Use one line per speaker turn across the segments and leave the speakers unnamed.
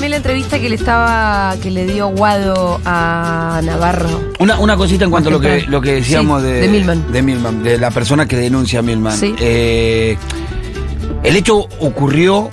que le estaba, que le dio Guado a Navarro.
Una, una cosita en cuanto a lo que, lo que decíamos
Sí,
de,
de Milman.
de Milman, de la persona que denuncia a Milman.
Sí.
Eh, el hecho ocurrió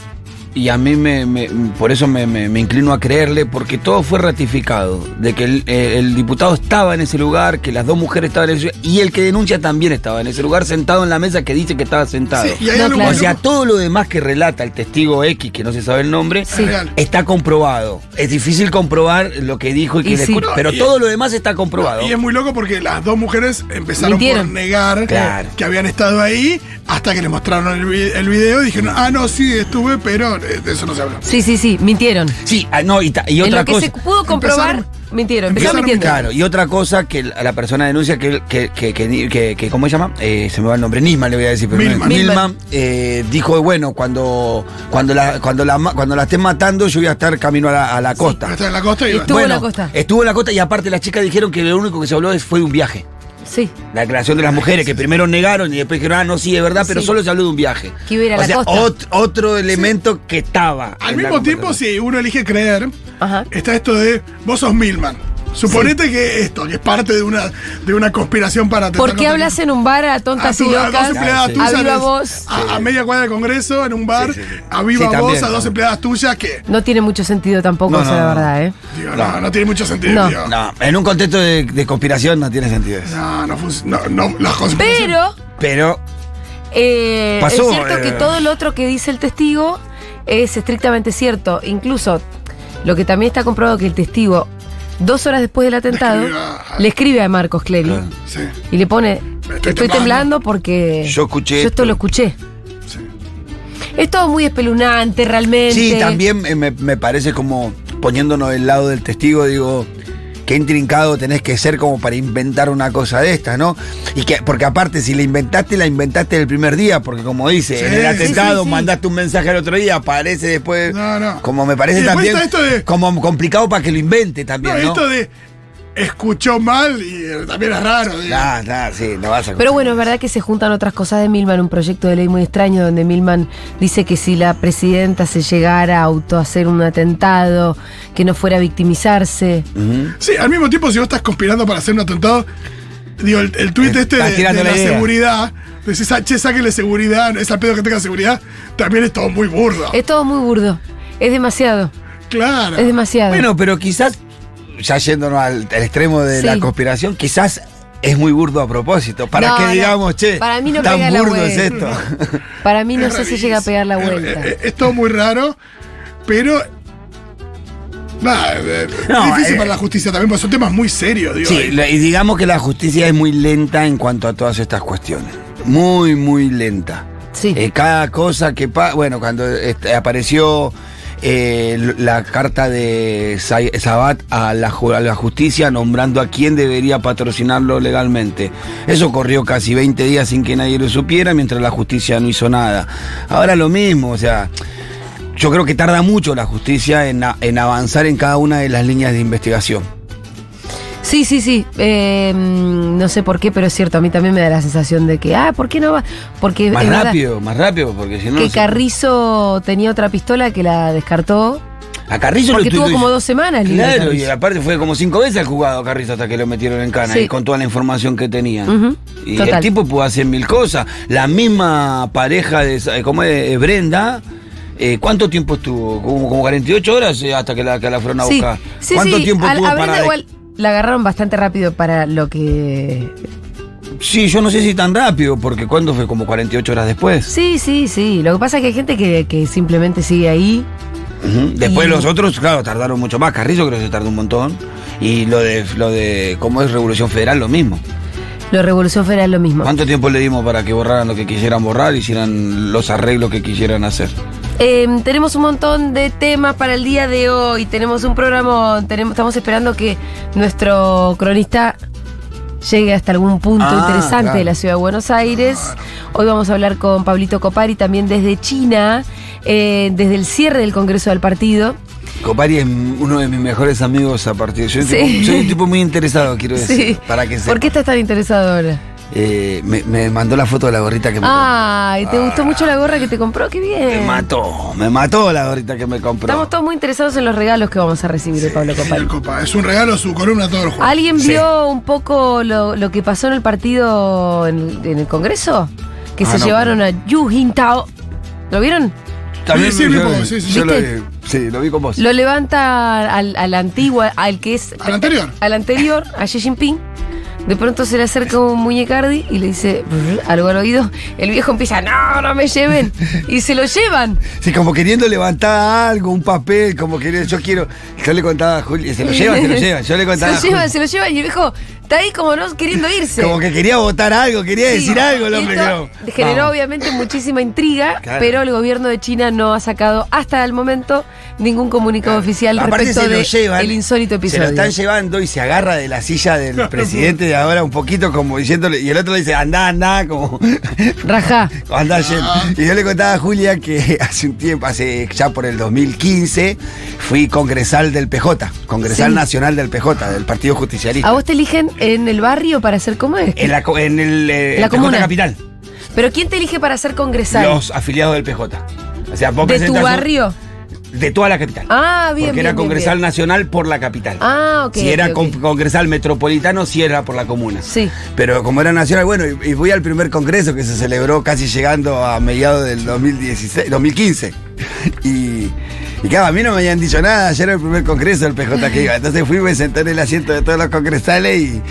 y a mí me, me- por eso me, me- me inclino a creerle, porque todo fue ratificado, de que el, eh, el diputado estaba en ese lugar, que las dos mujeres estaban en ese lugar, y el que denuncia también estaba en ese lugar, sentado en la mesa que dice que estaba sentado.
Sí, y hay
No,
algo
claro.
O sea, todo lo demás que relata el testigo X, que no se sabe el nombre,
Sí.
Real.
está comprobado. Es difícil comprobar lo que dijo y que
Y
le
sí.
escu-
No,
pero
y-
todo lo demás está comprobado.
Y es muy loco porque las dos mujeres empezaron
Mintieron.
por negar
Claro.
que habían estado ahí hasta que le mostraron el, vi- el video y dijeron, ah, no, sí, estuve, pero eh, de eso no se habla.
Sí, sí, sí, mintieron.
Sí, ah, no, y, ta- y
en
otra
lo que
cosa.
se pudo comprobar,
Empezaron-
mintieron. Empezaron
empezaron
mintiendo.
Claro, y otra cosa que la la persona denuncia que, que, que, que- que- que- ¿cómo se llama? Eh, se me va el nombre, Nisman le voy a decir, pero no es-
Milman.
Milman.
Milman, eh, dijo, bueno, cuando, cuando, la, cuando, la, ma- cuando la estén matando yo voy a estar camino a la, a la costa.
Estaba en la costa y
Estuvo en la costa.
Estuvo en la costa y aparte las chicas dijeron que lo único que se habló es- fue de un viaje.
Sí.
La declaración de las mujeres que primero negaron y después dijeron, ah, no, sí, es verdad, pero
Sí.
solo se habló de un viaje.
Que iba a ir a
o
la
sea,
costa.
ot- otro elemento que estaba.
Al
en la
mismo tiempo,
conversación.
si uno elige creer,
Ajá.
está esto de vos sos Milman. Suponete que esto, que es parte de una, de una conspiración para tentar
¿Por qué
contra-
hablas en un bar a
a,
tontas
tu-
y
a dos
locas?
empleadas
Claro,
tuyas
A viva
les-
voz.
a, a media cuadra de congreso en un bar,
Sí, sí, sí.
a viva
Sí,
voz
también,
a dos
¿no?
empleadas tuyas que
No tiene mucho sentido tampoco,
No,
esa
no,
la
no.
verdad, ¿eh?
digo, no, no tiene mucho sentido.
No.
digo.
No, en un contexto de, de conspiración no tiene sentido eso.
No, no funciona. No, no, las cosas.
Pero
Pero
eh,
Pasó,
es cierto que
eh.
todo lo otro que dice el testigo es estrictamente cierto. Incluso lo que también está comprobado que el testigo, dos horas después del atentado,
escribe a-
le escribe a Marcos Clery
Claro.
Sí,
y le pone,
Estoy
estoy,
temblando.
temblando porque
Yo escuché
yo esto
esto".
lo escuché.
sí.
Es todo muy espeluznante realmente.
sí, también eh, me, me parece como poniéndonos del lado del testigo, digo, qué intrincado tenés que ser como para inventar una cosa de estas, ¿no? Y que, porque aparte, si la inventaste, la inventaste el primer día, porque como dice,
Sí,
en el
sí,
atentado
sí, sí.
mandaste un mensaje al otro día, aparece después.
No, no.
Como me
Y
parece
después
también
está esto de-
como complicado para que lo invente
No,
también, ¿no?
esto de escuchó mal y eh, también es raro. digo.
Nah, nah, sí, no vas a
Pero bueno, es verdad que se juntan otras cosas de Milman, un proyecto de ley muy extraño donde Milman dice que si la presidenta se llegara a autohacer un atentado, que no fuera a victimizarse.
Ujú.
Sí, al mismo tiempo, si vos estás conspirando para hacer un atentado, digo, el, el tuit este
Estás
de,
tirando
de
la
la
idea.
seguridad, decís, ah, che, sáquenle seguridad, es al pedo que tenga seguridad, también es todo muy burdo.
Es todo muy burdo, es demasiado,
claro.
es demasiado.
Bueno, pero quizás, ya yéndonos al, al extremo de
Sí.
la conspiración, quizás es muy burdo a propósito. Para
No,
que
no.
digamos, che,
Para mí no
tan
pega la
burdo es
vuelta.
esto.
Para mí no
Es
sé si
rarísimo.
llega a pegar la
Es- eh,
vuelta.
eh,
Es, es todo muy raro, pero. Nada, es- es
No,
difícil
eh,
para la justicia también, porque son temas muy serios, digo.
Sí,
y-
lo- y digamos que la justicia es muy lenta en cuanto a todas estas cuestiones. Muy, muy lenta.
Sí.
Eh, cada cosa que pasa. Bueno, cuando este, apareció eh, l- la carta de Sa- Sabat a la, ju- a la justicia nombrando a quién debería patrocinarlo legalmente. Eso corrió casi 20 días sin que nadie lo supiera, mientras la justicia no hizo nada. Ahora lo mismo, o sea. Yo creo que tarda mucho la justicia en, a- en avanzar en cada una de las líneas de investigación.
Sí, sí, sí. Eh, mm, no sé por qué, pero es cierto, a mí también me da la sensación de que, ah, ¿por qué no va? Porque
Más
es verdad
rápido, más rápido, porque si no.
que
se-
Carrizo tenía otra pistola que la descartó.
A Carrizo
Porque
lo
tuvo
tuiteó-
como dos semanas libre,
Claro, y
Carrizo.
aparte fue como cinco veces al jugado Carrizo hasta que lo metieron en cana
Sí.
y con toda la información que tenía.
Ujú,
Y
total.
el tipo pudo hacer mil cosas. La misma pareja de esa- eh, ¿cómo es? Brenda. eh, ¿Cuánto tiempo estuvo? Como, como 48 horas eh, hasta que la, que la fueron a
Sí,
buscar.
sí,
¿Cuánto
sí,
tiempo
a-
tuvo
a
para.?
Brenda
de-
igual la agarraron bastante rápido para lo que.
Sí, yo no sé si tan rápido, porque ¿cuánto fue? Como 48 horas después.
Sí, sí, sí. Lo que pasa es que hay gente que, que simplemente sigue ahí.
Ujú. Después
Y-
los otros, claro, tardaron mucho más. Carrizo creo que se tardó un montón. Y lo de, lo de cómo es Revolución Federal, lo mismo.
Lo Revolución Federal lo mismo.
¿Cuánto tiempo le dimos para que borraran lo que quisieran borrar, hicieran los arreglos que quisieran hacer?
Eh, tenemos un montón de temas para el día de hoy. Tenemos un programa. Tenemos, estamos esperando que nuestro cronista llegue hasta algún punto
Ah,
interesante
claro.
de la ciudad de Buenos Aires. Hoy vamos a hablar con Pablito Copari también desde China, eh, desde el cierre del Congreso del Partido.
Copari es uno de mis mejores amigos a partir. Yo soy,
Sí.
un tipo- soy un tipo muy interesado, quiero decir. Para que
¿Por
sepa.
qué estás tan interesado ahora?
eh, me, me mandó la foto de la gorrita que me
Ay, ¿te
Ah.
gustó mucho la gorra que te compró? ¡Qué
compró. Me
bien!
mató, me mató la gorrita que me compró.
Estamos todos muy interesados en los regalos que vamos a recibir de Pablo
Señor
Copal.
Copa, es un regalo su columna todos los jueves.
¿Alguien
Sí.
vio un poco lo, lo que pasó en el partido en, en el Congreso? Que
Ah,
se
no.
llevaron a Yu Jintao. ¿Lo vieron?
También
Sí, sí,
yo
vi
lo-
vos, sí, sí,
yo lo
¿Viste?
vi. Sí, lo vi con vos.
Lo levanta al, al antiguo, al que es.
¿Al anterior?
Al anterior, a Xi Jinping. De pronto se le acerca un muñecardi y le dice brr, algo al oído. El viejo empieza, no, no me lleven. Y se lo llevan.
Sí, como queriendo levantar algo, un papel, como queriendo, yo quiero, yo le contaba a Juli, se lo llevan, se lo llevan, yo le contaba
Se
a
lo llevan,
Juli.
se lo llevan. Y el viejo está ahí como no queriendo irse.
como que quería votar algo, quería
Sí.
decir algo el
Y
hombre.
esto
creo.
Generó
Vamos.
obviamente muchísima intriga,
Claro.
pero el gobierno de China no ha sacado hasta el momento ningún comunicado oficial
Aparte
respecto
se lo
del
llevan,
insólito episodio.
Se lo están llevando y se agarra de la silla del presidente de ahora un poquito como diciéndole, y el otro le dice, andá, andá, como
Rajá.
Andá, Jen. Y yo le contaba a Julia que hace un tiempo, hace ya por el 2015, fui congresal del PJ, congresal
Sí.
nacional del PJ, del Partido Justicialista.
¿A vos te eligen en el barrio para ser cómo es?
En la, co- en el, eh,
La
PJ
comuna.
capital.
¿Pero quién te elige para ser congresal?
Los afiliados del PJ. O sea, vos
¿De
presentás
tu
un-
barrio?
de toda la capital.
Ah, bien,
Porque
bien,
era
bien,
congresal
bien.
nacional por la capital.
Ah, ok,
Si era
ok, ok.
con- congresal metropolitano, si era por la comuna.
Sí.
Pero como era nacional, bueno, y, y fui al primer congreso que se celebró casi llegando a mediados del 2016, 2015. Y, y claro, a mí no me habían dicho nada, ayer era el primer congreso del PJ que iba. Entonces fui, me senté en el asiento de todos los congresales y...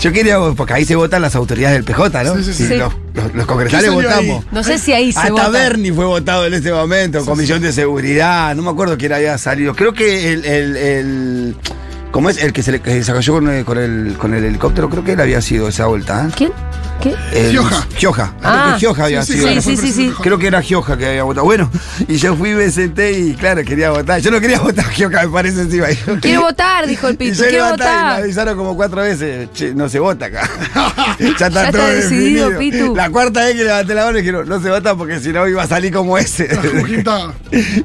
Yo quería, porque ahí se votan las autoridades del PJ, ¿no?
Sí, sí, sí.
Y
Sí.
Los, los- los congresales
¿Qué salió ahí?
votamos.
No sé si ahí se
Hasta
vota.
Bernie fue votado en ese momento, Comisión de Seguridad, no me acuerdo quién había salido. Creo que el, el, el- ¿cómo es? El que se, le, que se cayó con el, con, el, con el helicóptero, creo que él había sido esa vuelta. ¿eh?
¿Quién? ¿Qué?
El-
Gioja.
Gioja.
Ah.
Creo que Gioja había
Sí,
sido.
Sí, sí, sí, sí.
Creo que era Gioja que había votado. Bueno, y yo fui, me senté y claro, quería votar. Yo no quería votar a Gioja, me parece encima.
Quiero votar, dijo el
Y
Pitu,
yo
quiero
iba a votar y
votar.
Me avisaron como cuatro veces, "Che, no se vota acá. ya está
está
todo
decidido,
definido.
Pitu.
La cuarta vez que levanté la mano dijeron, no se vota porque si no iba a salir como ese.
Jujita.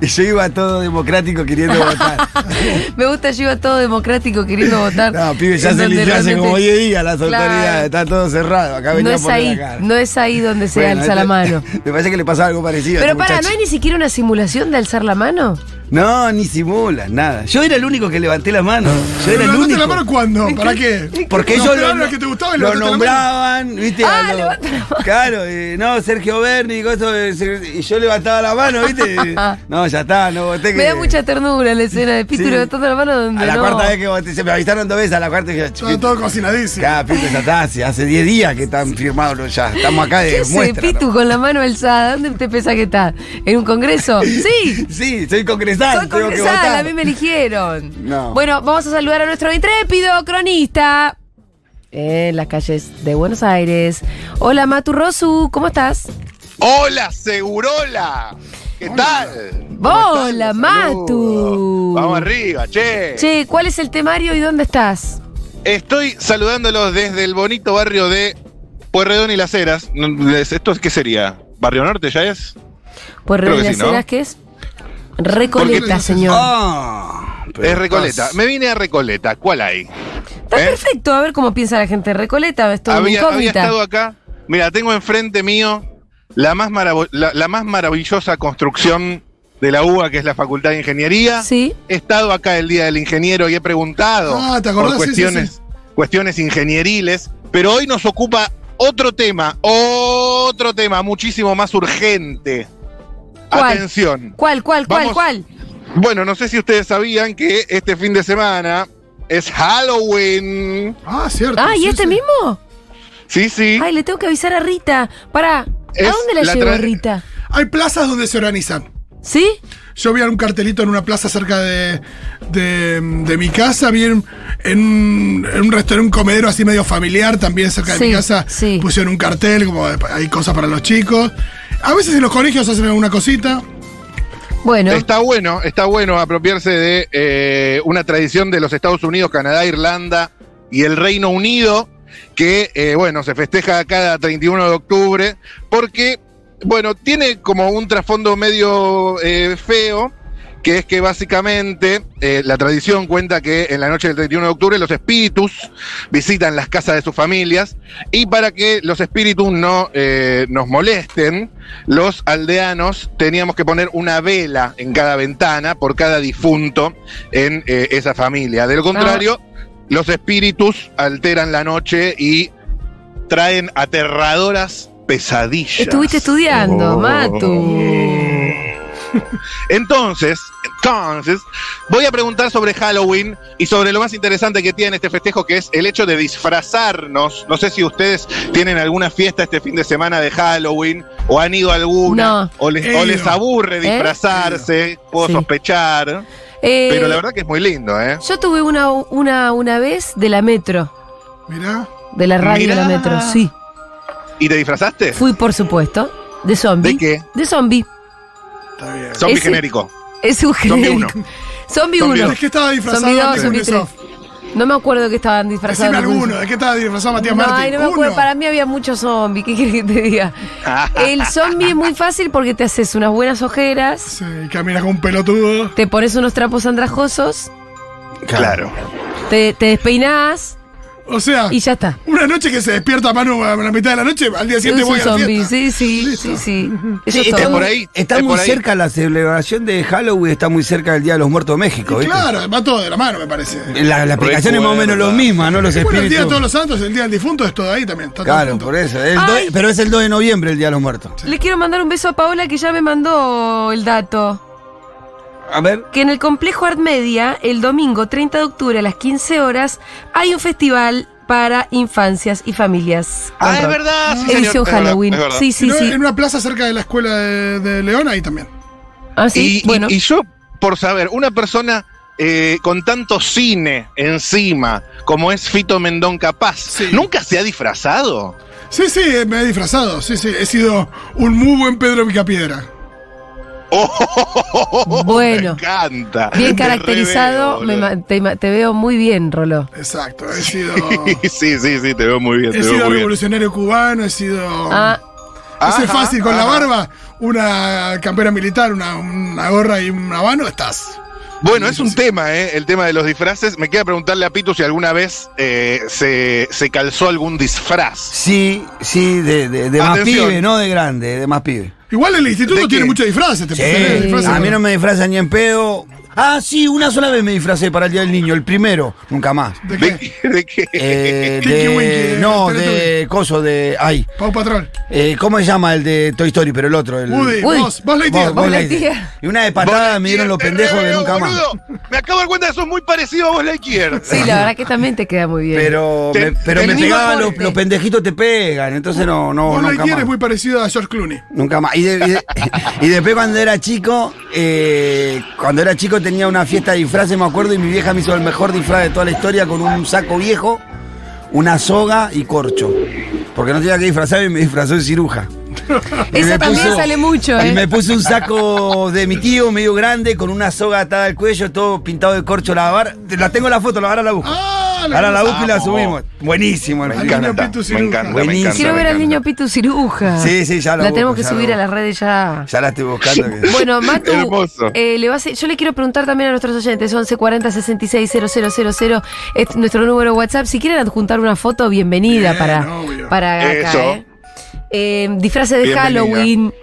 y yo iba todo democrático queriendo votar.
Me gusta, yo iba todo democrático queriendo votar.
No, pibe, ya
En
se
donde
eligió hace como
realmente-
10 días las
Claro.
autoridades, está todo cerrado. Acá
No
venía
es
a poner
ahí,
la cara.
no es ahí donde se
Bueno,
alza
este-
la mano.
Me parece que le pasaba algo parecido. a
Pero
este
para, ¿no
muchacho.
hay ni siquiera una simulación de alzar la mano?
No, ni simula, nada. Yo era el único que levanté la mano. Yo era el
¿Levantaste
único.
la mano cuándo? ¿Para qué?
Porque
No,
ellos
pero
lo,
era el que te gustaba y
lo
levantaste la mano.
nombraban, ¿viste?
Ah,
A lo-
levanta la mano.
Claro, eh, no, Sergio Berni, y cosas, eh, se- y yo levantaba la mano, ¿viste? no, ya está, no voté que.
Me da mucha ternura la escena de Pitu
Sí.
levantando la mano donde
A la
no.
cuarta vez que voté, se me avisaron dos veces, a la cuarta dije,
Estaba todo cocinadísimo.
Cada Pitu ya está, hace- hace 10 días que están firmados los ya. Estamos acá
¿Qué
de
hace
muestra.
Pitu
¿no?
con la mano alzada? ¿Dónde te pensás que está? ¿En un congreso? ¡Sí!
Sí, soy congresal,
Soy
tengo que
congresal,
votar.
a mí me eligieron.
No.
Bueno, vamos a saludar a nuestro intrépido cronista en las calles de Buenos Aires. Hola, Matu Rosu, ¿cómo estás?
Hola, Segurola. ¿Qué tal? ¿Cómo
Hola,
están? Los
Matu.
saludo. Vamos arriba,
Eh.
che.
Che, ¿cuál es el temario y dónde estás?
Estoy saludándolos desde el bonito barrio de Puerredón y Las Heras. No, es- ¿Esto qué sería? ¿Barrio Norte ya es?
Por
Creo
Reunión
que
de
sí, ¿no?
Aceras, ¿qué Pues es? Recoleta,
Porque-
señor.
Ah, pero
es Recoleta.
estás-
Me vine a Recoleta. ¿Cuál hay?
Está
¿Eh?
perfecto, a ver cómo piensa la gente. Recoleta, esto es una
había, había
incógnita.
estado acá. Mira, tengo enfrente mío la más, maravo- la, la más maravillosa construcción de la UBA, que es la Facultad de Ingeniería.
Sí.
He estado acá el día del ingeniero y he preguntado
Ah, ¿te acordás?
por
Sí, sí,
cuestiones, cuestiones ingenieriles, pero hoy nos ocupa otro tema, otro tema muchísimo más urgente.
¿Cuál?
Atención.
¿Cuál, cuál, cuál,
Vamos.
cuál?
Bueno, no sé si ustedes sabían que este fin de semana es Halloween.
Ah, cierto.
Ah, ¿y
sí,
este
sí.
mismo?
Sí, sí.
Ay, le tengo que avisar a Rita. Pará, ¿a
Es
dónde la,
la
llevo,
tra-
Rita?
Hay plazas donde se organizan.
¿Sí?
Yo vi un cartelito en una plaza cerca de, de, de mi casa, vi en, en un- en un restaurante, un comedero así medio familiar, también cerca
Sí,
de mi casa,
sí.
pusieron un cartel, como de- hay cosas para los chicos. A veces en los colegios hacen alguna cosita.
Bueno,
Está bueno, está bueno apropiarse de eh, una tradición de los Estados Unidos, Canadá, Irlanda y el Reino Unido, que, eh, bueno, se festeja cada 31 de octubre, porque, bueno, tiene como un trasfondo medio eh, feo, que es que básicamente eh, la tradición cuenta que en la noche del 31 de octubre los espíritus visitan las casas de sus familias y para que los espíritus no eh, nos molesten, los aldeanos teníamos que poner una vela en cada ventana por cada difunto en eh, esa familia. De lo contrario, los espíritus alteran la noche y traen aterradoras pesadillas.
Estuviste
Oh.
estudiando, Matu.
Entonces, entonces, voy a preguntar sobre Halloween y sobre lo más interesante que tiene este festejo, que es el hecho de disfrazarnos. No sé si ustedes tienen alguna fiesta este fin de semana de Halloween, o han ido a alguna,
No. ¿Eh?
o, les, o les aburre disfrazarse, puedo
Sí.
sospechar.
Eh,
Pero la verdad que es muy lindo, ¿eh?
Yo tuve una, una, una vez de la metro,
Mirá.
de la radio de la
Mirá.
metro, sí.
¿Y te disfrazaste?
Fui, por supuesto, de zombie.
¿De qué?
De zombie.
Está bien.
Zombie
Ese-
genérico.
Es un
Zombie
genérico.
uno.
Zombie
Zombie
uno.
uno.
¿De qué estaba disfrazado
Zombie dos,
Antes
zombie
Kuznetsov?
No me acuerdo que estaban
Decime
disfrazados.
alguno. ¿De qué estaba disfrazado Matías
no,
Martín?
ay, no me acuerdo.
Uno.
Para mí había muchos zombies. ¿Qué quieres que te diga? El zombie es muy fácil porque te haces unas buenas ojeras,
Sí, y caminas con un pelotudo.
te pones unos trapos andrajosos,
Claro.
te, te despeinás
O sea,
y ya está.
una noche que se despierta Manu a la mitad de la noche, al día siguiente
Es
voy
un
a la
zombie.
fiesta.
Sí, sí,
Listo.
sí, sí. Eso
Sí,
es
está
todo.
por ahí,
Está
es
muy
por ahí.
cerca la celebración de Halloween, está muy cerca del Día de los Muertos de México.
Y
¿viste?
claro, va todo de la mano, me parece.
La, la explicación es más o menos lo
Recuerda.
misma, ¿no? Los
Bueno, el día de
espíritus.
todos los santos, el día del difunto, es todo ahí también. Está todo
Claro,
junto.
por eso. El do-
Ay.
Pero es el 2 de noviembre el Día de los Muertos.
Le quiero mandar un beso a Paola que ya me mandó el dato.
A ver.
que en el complejo Art Media, el domingo 30 de octubre a las 15 horas, hay un festival para infancias y familias.
Ah, es verdad. sí, señor,
Edición
es verdad,
Halloween.
es verdad.
sí,
Y
sí,
no,
sí.
En una plaza cerca de la escuela de, de León, ahí también.
Ah,
y,
sí,
y-
bueno.
y yo, por saber, una persona eh, con tanto cine encima, como es Fito Mendón Capaz,
Sí.
¿nunca se ha disfrazado?
Sí, sí, me he disfrazado. Sí, sí, he sido un muy buen Pedro Picapiedra.
Oh, Me
bueno.
encanta.
Bien
Te reveo,
caracterizado, me
boludo.
ma- te, ma- te veo muy bien, Rolo.
Exacto, he sido.
Sí, sí, sí, te veo muy bien. Te
He
veo
sido
muy bien.
revolucionario cubano, he sido.
Ah,
Ese
Ajá,
es fácil, con la
ajá.
barba, una campera militar, una, una gorra y un habano, estás.
Bueno, es un tema, ¿eh? El tema de los disfraces. Me queda preguntarle a Pitu si alguna vez eh, se, se calzó algún disfraz.
Sí, sí, de, de- de más
Atención.
pibe, no de grande, de más pibe.
Igual el instituto
¿De
tiene
qué?
muchos disfraces, te
Sí,
puedes tener disfraces,
a mí
¿no?
no me disfrazan ni en pedo. Ah, sí, una sola vez me disfracé para el Día del Niño, el primero, nunca más.
¿De
¿De
qué?
qué? ¿De qué?
Eh,
Tinky
de-
Winky, de
no,
Teletubbies.
de coso de. Ay,
Pau Patrol.
eh, ¿cómo se llama el de Toy Story? Pero el otro, el.
Woody,
Woody.
vos, vos Lightyear.
Buzz- Buzz
Buzz
Lightyear.
Lightyear.
Y una de patada me dieron los
Te
pendejos de
reveo,
nunca más.
boludo. Me acabo de dar cuenta que sos muy parecido a vos, Lightyear.
sí, la verdad que también te queda muy bien.
Pero
Te-
me, pero
el
me
mismo
pegaban, los,
corte.
los pendejitos te pegan, entonces no, no,
Vos
nunca
Lightyear
más.
es muy parecido a George Clooney.
Nunca más. Y, de- y de- y después cuando era chico, eh, cuando era chico tenía una fiesta de disfraces, me acuerdo, y mi vieja me hizo el mejor disfraz de toda la historia con un saco viejo, una soga y corcho. Porque no tenía que disfrazar y me disfrazó de ciruja. Y
Esa
me
también
puso-
sale mucho,
Y
¿eh?
me puse un saco de mi tío medio grande con una soga atada al cuello, todo pintado de corcho. La, bar- la tengo la foto, la ahora la busco.
¡Ah!
ahora la busco y la
Vamos.
subimos. Buenísimo, el
Me
video.
niño
encanta,
Pitu
me
ciruja.
encanta. me
Buenísimo.
encanta,
Quiero
me
ver al
encanta.
niño Pito Ciruja.
Ah. Sí, sí, ya lo
La
busco,
tenemos que
ya lo
subir a
busco.
las redes ya.
Ya la estoy buscando. que-
Bueno, Matu,
Hermoso.
eh, le vas a- yo le quiero preguntar también a nuestros oyentes, 1140 66 000 es nuestro número de WhatsApp. Si quieren adjuntar una foto, bienvenida
Bien,
para,
obvio.
para acá.
Eso.
¿eh? Eh, disfraces de
Bienvenida.
Halloween.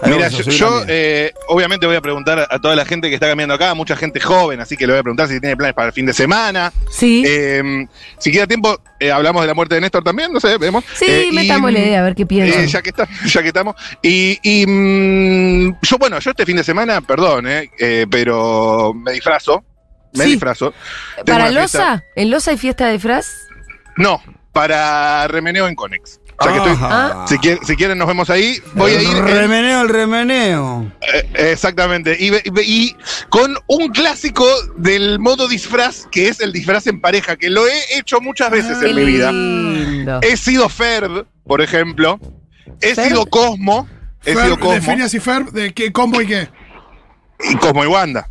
Ahí
Mira,
vamos a
yo,
subir
yo,
también.
eh, obviamente voy a preguntar a toda la gente que está cambiando acá, mucha gente joven, así que le voy a preguntar si tiene planes para el fin de semana.
Sí.
Eh, si queda tiempo, eh, hablamos de la muerte de Néstor también, no sé, vemos.
sí,
Eh, y,
metamos la idea, a ver qué
eh,
piensan.
ya, que está- ya que estamos. Y, y, mm, yo, bueno, yo este fin de semana, perdón, eh, eh, pero me disfrazo. Me
Sí.
disfrazo. Tengo
¿Para
una fiesta-
Loza? ¿En Loza hay fiesta de disfraz?
No, para Remeneo en Conex. O
Ah.
sea que estoy-
Ajá.
si, quiere- si quieren, nos vemos ahí. Voy a ir. eh,
El
en-
Ah. remeneo, el remeneo.
Eh, Exactamente. Y, ve- ve- y con un clásico del modo disfraz, que es el disfraz en pareja, que lo he hecho muchas veces
Ah, Qué
en mi vida. Eh,
lindo.
He sido Ferb, por ejemplo. He
Ferb.
sido Cosmo. He
Ferb,
sido Cosmo.
define así Ferb, de qué combo y qué.
Y Cosmo y Wanda.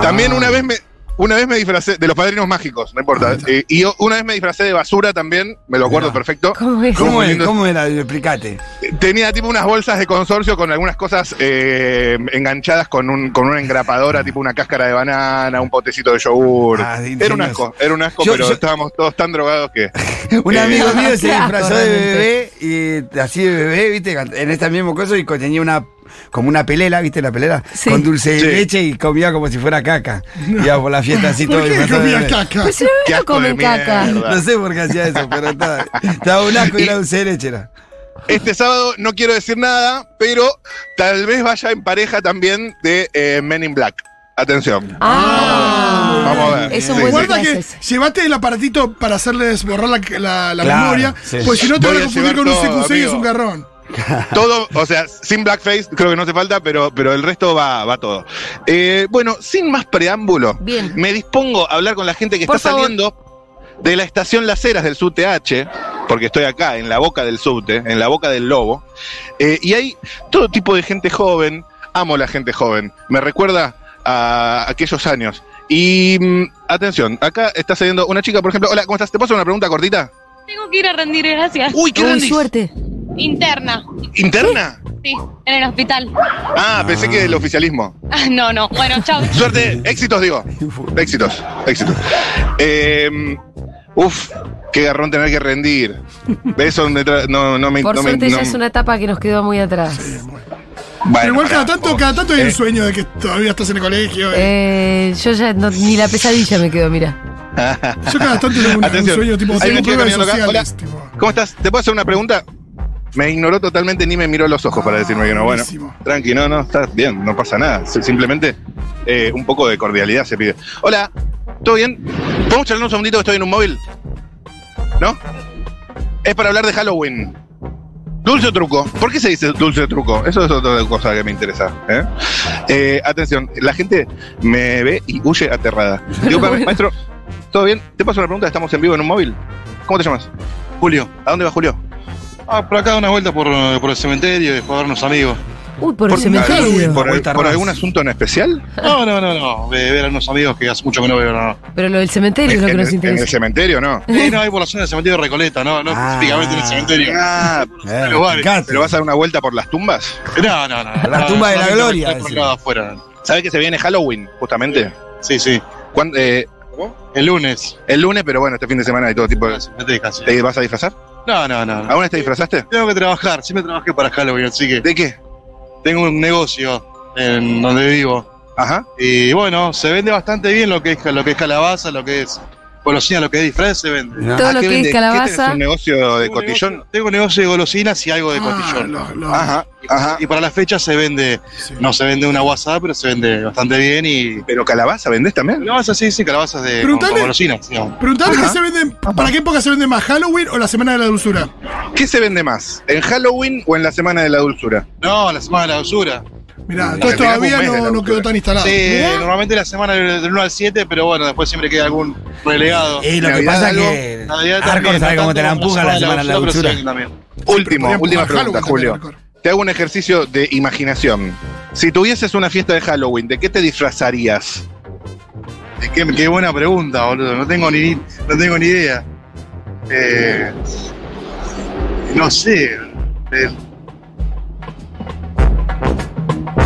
También
Ah.
una vez me. Una vez me disfracé de los padrinos mágicos, no importa. eh, y yo una vez me disfracé de basura también, me lo acuerdo
Mirá.
perfecto.
¿Cómo es?
¿Cómo, era? ¿Cómo era? Explicate.
Tenía tipo unas bolsas de consorcio con algunas cosas eh, enganchadas con, un, con una engrapadora, tipo una cáscara de banana, un potecito de yogur.
Ah, de
era un
ingenioso.
asco, era un asco,
Yo-
pero
yo-
estábamos todos tan drogados que.
Un
Eh,
amigo mío se
Claro,
disfrazó de
realmente.
bebé y así de bebé, viste, en esta mismo cosa y co- tenía una como una pelela, viste la pelela,
Sí.
con dulce de
Sí.
leche y comía como si fuera caca. Iba por la fiesta así todo
¿Por qué
disfrazado de
comía
bebé.
caca?
Pues si no,
Qué
no
asco de
comen caca.
mierda.
No sé por qué hacía eso, pero estaba, estaba un asco y era dulce de leche. Era.
Este sábado no quiero decir nada, pero tal vez vaya en pareja también de eh, Men in Black. Atención.
Ah,
Vamos a ver.
Es un
Sí,
buen
sí.
Guarda que
disfraz ese.
llevate el aparatito para hacerles borrar la, la- la
Claro,
memoria,
sí.
pues si no te
Voy
van a
a
confundir con
llevar
un
todo,
CQC y es
amigo.
un garrón.
Todo, o sea, sin blackface, creo que no hace falta, pero, pero el resto va, va todo. Eh, bueno, sin más preámbulo,
Bien.
me dispongo a hablar con la gente que
Por
está
favor.
saliendo de la estación Las Heras del SUTH, porque estoy acá, en la boca del subte, en la boca del lobo, eh, y hay todo tipo de gente joven, amo la gente joven, me recuerda a aquellos años. Y mm, atención, acá está saliendo una chica, por ejemplo, hola, ¿cómo estás? ¿Te paso una pregunta cortita?
Tengo que ir a rendir gracias.
Uy, qué
Uy,
grandis.
suerte.
Interna,
¿Interna?
sí, en el hospital.
Ah, pensé que el oficialismo.
Ah, no, no. Bueno, chao.
Suerte, éxitos, digo. Éxitos, éxitos. Eh, uf, qué garrón tener que rendir. Eso me tra- no, no me
Por
no me-
suerte
no-
ya es una etapa que nos quedó muy atrás.
Bueno,
Pero igual
pará,
cada tanto,
vos.
cada tanto hay
Eh,
un sueño de que todavía estás en el colegio. eh.
Eh, yo ya no- ni la pesadilla me quedo, mira.
Yo cada tanto tengo un, un
Atención.
sueño tipo
Hay
tengo
una chica
pruebas
caminando acá.
sociales.
Hola.
tipo.
¿Cómo estás? ¿Te puedo hacer una pregunta? Me ignoró totalmente, ni me miró a los ojos para
Ah,
decirme que no. Bueno,
buenísimo.
tranqui, no, no, estás bien, no pasa nada. Si- Simplemente eh, un poco de cordialidad se pide. Hola, ¿todo bien? ¿Podemos charlar un segundito que estoy en un móvil? ¿No? Es para hablar de Halloween. Dulce o truco. ¿Por qué se dice dulce o truco? Eso es otra cosa que me interesa. ¿eh? Eh, atención, la gente me ve y huye aterrada. Digo, "Pa- maestro, ¿todo bien? Te paso una pregunta, estamos en vivo en un móvil. ¿Cómo te llamas? Julio. ¿A dónde va Julio?
Ah, por acá una vuelta por, eh, por el cementerio, después a ver unos amigos.
Uy, por el cementerio.
¿Por,
Vuelta
por
atrás.
algún asunto en especial?
No, no, no, no. ve- Ver a unos amigos que hace mucho que no veo, no. no.
Pero lo del cementerio es lo que
en,
nos
en- en el
interesa.
cementerio, ¿no?
Eh, no, hay por la zona del cementerio de Recoleta, no, no
Ah.
específicamente en el cementerio.
Ah,
Eh,
Pero vale,
picante.
¿pero vas a dar una vuelta por las tumbas?
No, no, no.
La
no,
tumba de la
solamente
gloria,
estoy por
ese.
acá afuera.
¿Sabes que se viene Halloween, justamente?
Sí, sí.
¿Cuándo, eh,
El lunes.
el lunes, pero bueno, este fin de semana hay todo tipo de...
No te dejas, sí.
¿Te vas a disfrazar?
No, no, no. no.
¿Aún te disfrazaste?
Tengo que trabajar, siempre trabajé para Halloween, así que
¿De qué?
tengo un negocio en donde vivo.
Ajá.
Y bueno, se vende bastante bien lo que es, lo que es calabaza, lo que es golosina, lo que es disfraz, se vende.
Mirá.
Todo
Ah,
lo
¿qué
que
vende-
es
qué tenés,
calabaza.
un negocio de
Tengo un
cotillón?
negocio- tengo un negocio de golosinas y algo de
Ah,
cotillón.
los- los-
Ajá, ajá.
Y para la fecha se vende,
sí.
no se vende una guasada, pero se vende bastante bien y.
¿Pero calabaza vendés también?
Calabazas, sí, sí, calabazas de con,
Preguntale.
con golosinas. digamos.
Preguntame
Ajá.
qué se venden, ¿para qué época se vende más? ¿Halloween o la Semana de la Dulzura?
¿Qué se vende más? ¿En Halloween o en la Semana de la Dulzura?
No, la semana de la basura.
Mirá,
La
entonces
Semana de
todavía
la
no, no
Dulzura.
quedó tan instalado.
Sí, normalmente la semana del del 1 al 7, pero bueno, después siempre queda algún relegado.
Y Eh, lo que
Navidad
pasa es
algo,
que
Navidad
Arcor
también,
sabe cómo te la
tanto
empuja la
como
semana de la
pero
dulzura.
sí, también.
Último,
Podría
última
jugar
pregunta,
Halloween
Julio.
también, Marco.
Te hago un ejercicio de imaginación. Si tuvieses una fiesta de Halloween, ¿de qué te disfrazarías?
Eh, Qué, qué buena pregunta, boludo. No tengo ni, no tengo ni idea. Eh, no sé. Eh,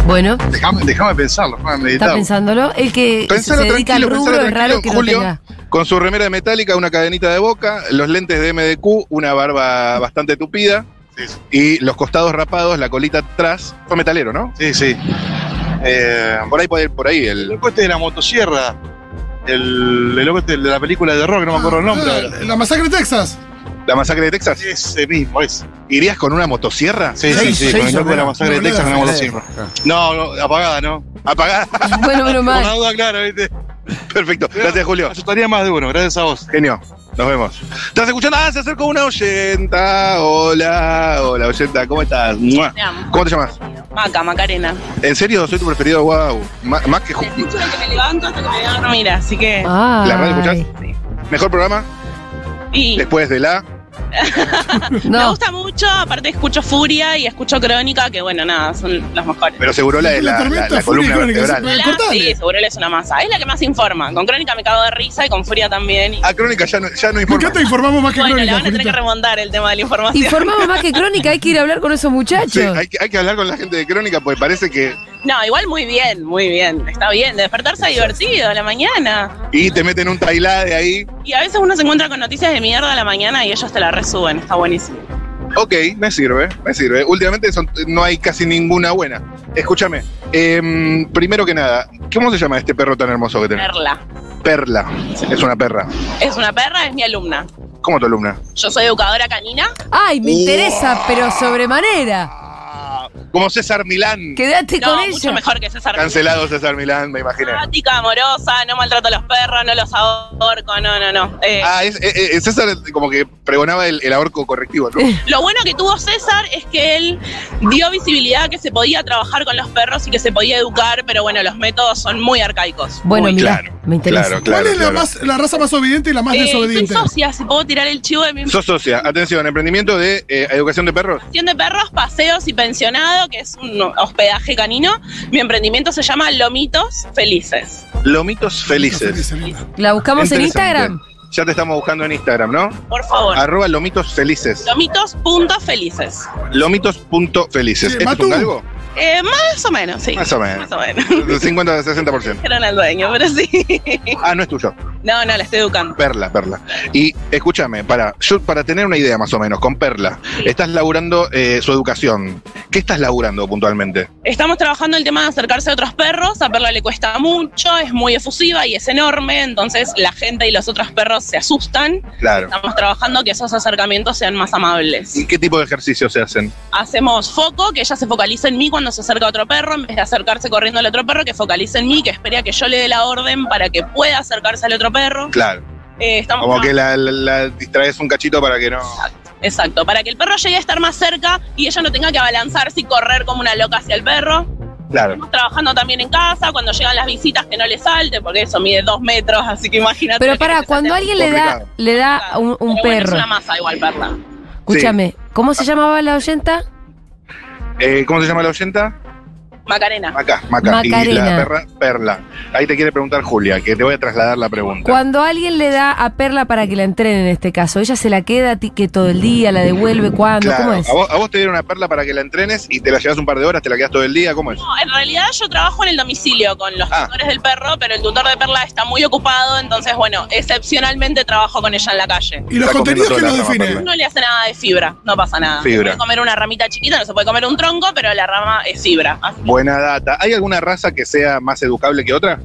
Bueno,
Déjame déjame pensarlo, déjame
está
meditar.
pensándolo. El que
Pensalo
se dedica al
tranquilo,
rubro
pensalo
es raro
tranquilo,
que
Julio.
no tenga.
Con su remera de metálica, una cadenita de boca, los lentes de MDQ, una barba bastante tupida
Sí, sí.
y los costados rapados, la colita atrás. Fue metalero, ¿no?
Sí, sí. Eh,
Por ahí, por ahí, por ahí
el
el...
loco este de la motosierra. El, el loco este de la película de rock, no me acuerdo el nombre. ahora.
Ah, La masacre de Texas.
la masacre de Texas.
Ese mismo, ese.
¿Irías con una motosierra?
Sí,
Se
sí,
hizo-
sí.
se
Con el
hizo
loco de la
buena.
masacre de
No, no,
Texas, con la
no,
motosierra.
Ah.
No, no, apagada, ¿no?
Apagada.
Bueno, menos
Por la
mal.
duda, claro, ¿viste?
Perfecto. Gracias, Julio.
Asustaría más de uno, gracias a vos.
Genio. Nos vemos. ¿Estás escuchando? Ah, se acercó una oyenta. Hola, hola, oyenta. ¿Cómo estás? ¡Mua!
Te amo.
¿Cómo te llamas?
Maca, Macarena.
¿En serio? Soy tu preferido. Wow. Ma- Más que...
Te
ju-
escucho desde que me levanto hasta que me voy a
Ah.
dormir, así que.
Ay.
¿La radio escuchás? Mejor programa
Y
después de la...
Me
No,
gusta mucho, aparte escucho Furia y escucho Crónica, que bueno, nada, son los mejores.
Pero seguro la es la, la- la columna vertebral.
Sola,
cortale.
sí, seguro es una masa. Es la que más informa. Con Crónica me cago de risa y con Furia también. Y-
Ah, Crónica ya no, ya no
¿Por
informa.
qué te informamos más que
bueno, le
Crónica,
van a tener que
Julita?
remontar el tema de la información.
informamos más que crónica, hay que ir a hablar con esos muchachos.
Sí, hay, que, hay que hablar con la gente de Crónica porque parece que.
No, igual muy bien, muy bien. Está bien, de despertarse divertido a la mañana.
Y te meten un tailade ahí.
Y a veces uno se encuentra con noticias de mierda a la mañana y ellos te la resuben. Está buenísimo.
Ok, me sirve, me sirve. Últimamente son- no hay casi ninguna buena. Escúchame, em, primero que nada, ¿cómo se llama este perro tan hermoso que tenés?
Perla.
Perla. Es una perra.
Es una perra, es mi alumna.
¿Cómo tu alumna?
Yo soy educadora canina.
Ay, me interesa, pero sobremanera.
Como César Milán.
Quédate
No,
con
mucho
ella.
mejor que César.
Cancelado César Milán, me imaginé.
Simpática, amorosa, no maltrato a los perros, no los ahorco, no, no, no. Eh,
Ah, es, eh, eh, César como que pregonaba el, el ahorco correctivo, ¿no?
Lo bueno que tuvo César es que él dio visibilidad que se podía trabajar con los perros y que se podía educar, pero bueno, los métodos son muy arcaicos. Eh,
Bueno,
Muy.
mira,
claro,
me interesa.
Claro,
¿Cuál
claro,
es la,
claro.
más, la raza más obediente y la más
Eh, soy
desobediente?
socia, si puedo tirar el chivo de mi
Sos socia, atención, emprendimiento de eh, educación de perros.
Fundación de perros, paseos y pensionado, que es un hospedaje canino. Mi emprendimiento se llama Lomitos Felices.
Lomitos felices.
¿La buscamos en
Interesante.
Instagram?
Ya te estamos buscando en Instagram, ¿no?
Por favor.
Arroba lomitos felices.
Lomitos.felices.
Lomitos.felices.
Sí,
¿Esto ¿Es
Matu.
un galgo?
Eh, más o menos, sí.
Más o menos.
Más o menos.
50-60%.
Eran al dueño, pero sí.
Ah, no es tuyo.
No, no, la estoy educando.
Perla, Perla. Y escúchame, para, yo, para tener una idea más o menos, con Perla, estás laburando eh, su educación. ¿Qué estás laburando puntualmente?
Estamos trabajando el tema de acercarse a otros perros. A Perla le cuesta mucho, es muy efusiva y es enorme. Entonces la gente y los otros perros se asustan.
Claro.
Estamos trabajando que esos acercamientos sean más amables.
¿Y qué tipo de ejercicios se hacen?
Hacemos foco, que ella se focaliza en mí cuando se acerca a otro perro, en vez de acercarse corriendo al otro perro, que focalice en mí, que espere a que yo le dé la orden para que pueda acercarse al otro perro.
Claro.
Eh, estamos
Como que la, la- la distraes un cachito para que no.
Exacto, para que el perro llegue a estar más cerca y ella no tenga que abalanzarse y correr como una loca hacia el perro.
Claro.
Estamos trabajando también en casa, cuando llegan las visitas que no le salte, porque eso mide dos metros, así que imagínate.
Pero
que
para
te
cuando
salte-
alguien le da,
complicado.
le da un, un
Pero bueno,
perro.
es una masa igual, perla.
Escúchame, ¿cómo se llamaba la oyenta?
Eh, ¿Cómo se llama la oyenta?
Macarena.
Maca, Maca. Y
Macarena.
la perra, Perla. Ahí te quiere preguntar Julia, que te voy a trasladar la pregunta.
Cuando alguien le da a Perla para que la entrene en este caso, ella se la queda a ti que todo el día, la devuelve cuando, ¿cómo
Claro,
es?
a vos, a vos te dieron una perla para que la entrenes y te la llevas un par de horas, te la quedas todo el día, ¿cómo es?
No, en realidad yo trabajo en el domicilio con los
Ah.
tutores del perro, pero el tutor de perla está muy ocupado, entonces bueno, excepcionalmente trabajo con ella en la calle.
¿Y los
Está comiendo
contenidos
toda
que
la
nos
rama,
definen?
No le hace nada de fibra, no pasa nada. Se
Fibra.
puede comer una ramita chiquita, no se puede comer un tronco, pero la rama es fibra. Así
Buena data. ¿Hay alguna raza que sea más educable que otra?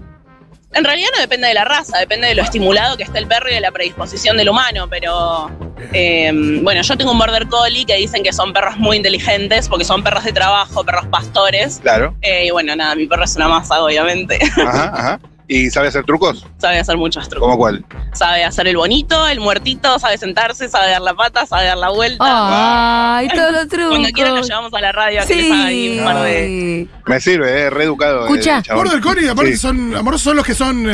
En realidad no depende de la raza, depende de lo estimulado que está el perro y de la predisposición del humano, pero eh, bueno, yo tengo un border collie que dicen que son perros muy inteligentes porque son perros de trabajo, perros pastores.
Claro.
Eh, y bueno, nada, mi perro es una masa, obviamente.
Ajá, ajá. ¿Y sabe hacer trucos?
sabe hacer muchos trucos.
¿Cómo cuál?
Sabe hacer el bonito, el muertito, sabe sentarse, sabe dar la pata, sabe dar la vuelta.
Ay, todos los
Cuando quiera lo
trucos.
llevamos a la radio a que les haga ahí
Ah, Sí.
un par de...
Me sirve, eh, reeducado.
Escucha.
Border Collie, aparte,
Sí.
son amorosos, son los que son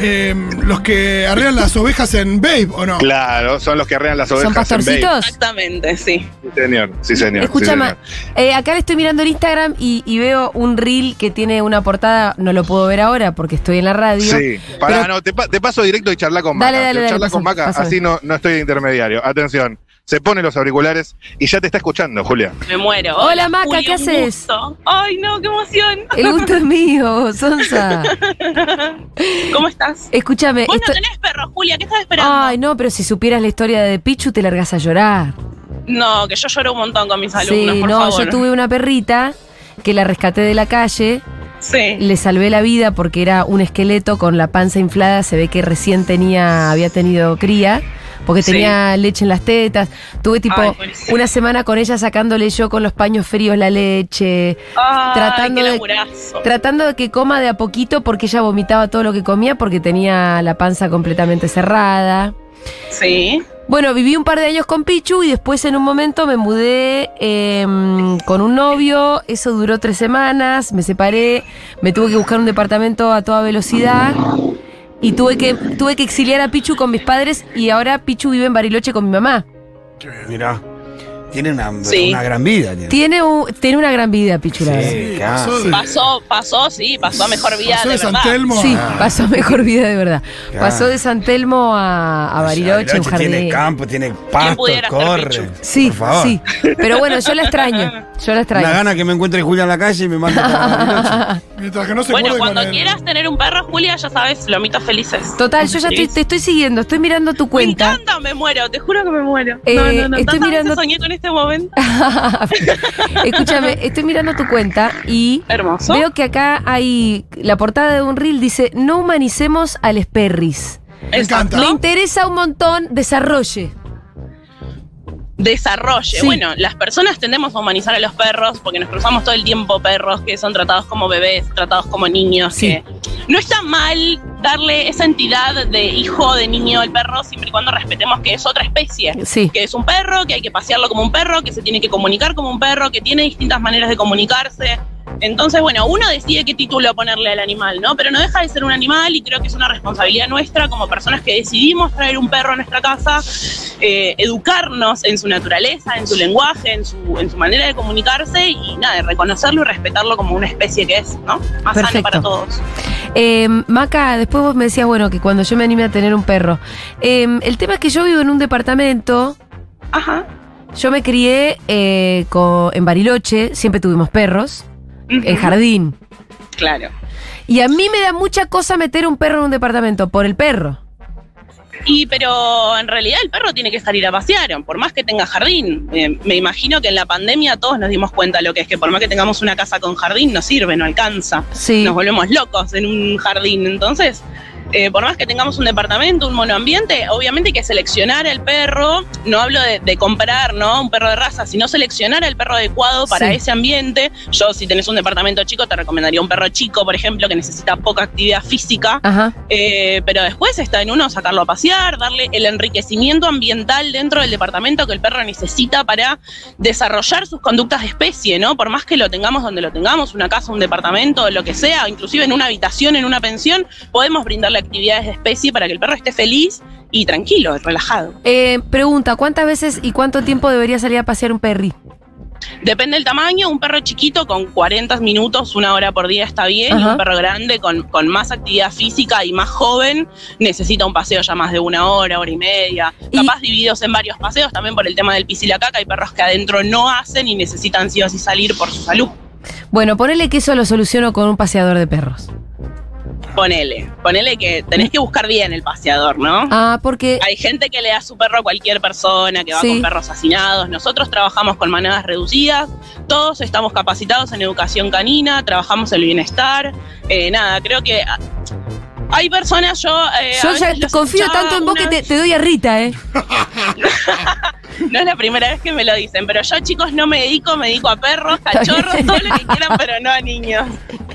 eh, los que arreglan las ovejas en Babe, ¿o no?
Claro, son los que arrean las ovejas.
¿Son
en Bay.
pastorcitos?
Exactamente, sí.
Sí, señor. Sí, señor.
Escúchame,
sí, señor.
eh, acá le estoy mirando en Instagram y, y veo un reel que tiene una portada, no lo puedo ver ahora porque estoy en la radio.
Sí, pará,
Pero-
no, te, pa- te paso directo y charla con
Dale,
Maca.
dale, dale,
charla
pásame,
con Maca,
pásame.
así no, no estoy de intermediario. Atención, se pone los auriculares y ya te está escuchando, Julia.
Me muero.
Hola, Maca,
Juli,
¿qué
un
haces?
gusto. Ay, no, qué emoción.
El gusto es mío, Sonsa.
¿Cómo estás?
Escúchame,
Vos
Eh, esto-
no tenés perro, Julia, ¿qué estás esperando?
Ay, no, pero si supieras la historia de Pichu te largas a llorar.
No, que yo lloro un montón con mis alumnos,
sí,
por
no,
favor.
yo tuve una perrita que la rescaté de la calle,
Sí.
le salvé la vida porque era un esqueleto con la panza inflada, se ve que recién tenía, había tenido cría, porque
Sí.
tenía leche en las tetas. Tuve tipo
Ay, pobrecita.
una semana con ella sacándole yo con los paños fríos la leche,
Ay,
tratando
qué
de-
laburazo.
tratando de que coma de a poquito porque ella vomitaba todo lo que comía porque tenía la panza completamente cerrada.
Sí.
Bueno, viví un par de años con Pichu y después en un momento me mudé eh, con un novio. Eso duró tres semanas, me separé, me tuve que buscar un departamento a toda velocidad y tuve que, tuve que exiliar a Pichu con mis padres y ahora Pichu vive en Bariloche con mi mamá.
Qué bien.
Mirá. Tiene una,
Sí.
una gran vida. Tiene.
Tiene, un- tiene una gran vida, Pichula. la verdad.
Sí, claro.
pasó de-
Pasó, pasó, sí, pasó a mejor vida
pasó
de,
de San
verdad.
Telmo
Sí,
Ah.
a-
pasó mejor vida de verdad.
Claro.
Pasó de San Telmo a, a Bariloche, un jardín.
Tiene campo, tiene pasto,
pudiera ser
corre.
Pichu?
Sí,
por favor.
sí. Pero bueno, yo la extraño. Yo la
Una
extraño.
gana que me encuentre Julia en la calle y me manda para Bariloche.
Mientras que no se
Bueno,
acuerde
cuando
con el-
quieras tener un perro, Julia, ya sabes, lomitos felices.
Total, yo ya estoy- te estoy siguiendo, estoy mirando tu
Me
cuenta.
encanta, me muero, te juro que me muero.
Eh,
no, no, no,
estoy
tantas
mirando-
veces soñé con este momento.
Escúchame, estoy mirando tu cuenta y
Hermoso.
veo que acá hay la portada de un reel dice no humanicemos al esperris.
Me encanta.
Me
Exacto.
interesa un montón, desarrolle.
desarrolle.
Sí.
Bueno, las personas tendemos a humanizar a los perros porque nos cruzamos todo el tiempo perros que son tratados como bebés, tratados como niños.
Sí.
que no está mal darle esa entidad de hijo, de niño al perro siempre y cuando respetemos que es otra especie.
Sí,
Que es un perro, que hay que pasearlo como un perro, que se tiene que comunicar como un perro, que tiene distintas maneras de comunicarse. Entonces, bueno, uno decide qué título ponerle al animal, ¿no? Pero no deja de ser un animal y creo que es una responsabilidad nuestra como personas que decidimos traer un perro a nuestra casa, eh, educarnos en su naturaleza, en su lenguaje, en su, en su manera de comunicarse y nada, reconocerlo y respetarlo como una especie que es, ¿no? Más
Perfecto.
sano para todos.
Eh, Maca, después vos me decías, bueno, que cuando yo me animé a tener un perro. Eh, el tema es que yo vivo en un departamento,
Ajá.
yo me crié eh, co- en Bariloche, siempre tuvimos perros, en
Ujú.
jardín.
Claro.
Y a mí me da mucha cosa meter un perro en un departamento, por el perro.
Y pero en realidad el perro tiene que salir a pasear, por más que tenga jardín. Eh, me imagino que en la pandemia todos nos dimos cuenta lo que es que por más que tengamos una casa con jardín no sirve, no alcanza.
Sí.
Nos volvemos locos en un jardín. Entonces, eh, por más que tengamos un departamento, un monoambiente, obviamente hay que seleccionar al perro. No hablo de, de comprar, ¿no? Un perro de raza, sino seleccionar al perro adecuado para
Sí.
ese ambiente. Yo, si tenés un departamento chico, te recomendaría un perro chico, por ejemplo, que necesita poca actividad física.
Ajá.
Eh, pero después está en uno sacarlo a pasear, darle el enriquecimiento ambiental dentro del departamento que el perro necesita para desarrollar sus conductas de especie, ¿no? Por más que lo tengamos donde lo tengamos, una casa, un departamento, lo que sea, inclusive en una habitación, en una pensión, podemos brindarle actividades de especie para que el perro esté feliz y tranquilo, relajado.
Eh, pregunta, ¿cuántas veces y cuánto tiempo debería salir a pasear un perri?
Depende del tamaño, un perro chiquito con 40 minutos, una hora por día está bien, y
Ajá.
un perro grande con, con más actividad física y más joven necesita un paseo ya más de una hora, hora y media.
Y-
Capaz divididos en varios paseos, también por el tema del pis y la caca, hay perros que adentro no hacen y necesitan sí o sí salir por su salud.
Bueno, ponele que eso lo soluciono con un paseador de perros.
Ponele, ponele que tenés que buscar bien el paseador, ¿no?
Ah, porque...
Hay gente que le da su perro a cualquier persona, que va
Sí.
con perros hacinados. Nosotros trabajamos con manadas reducidas, todos estamos capacitados en educación canina, trabajamos el bienestar. Eh, nada, creo que ah, hay personas, yo. eh, a
Yo
veces
ya
los
confío
escuchaba
tanto en vos que
una
te,
vez-
te doy a Rita, ¿eh?
No es la primera vez que me lo dicen, pero yo, chicos, no me dedico, me dedico a perros, cachorros, todo lo que quieran, pero no a niños.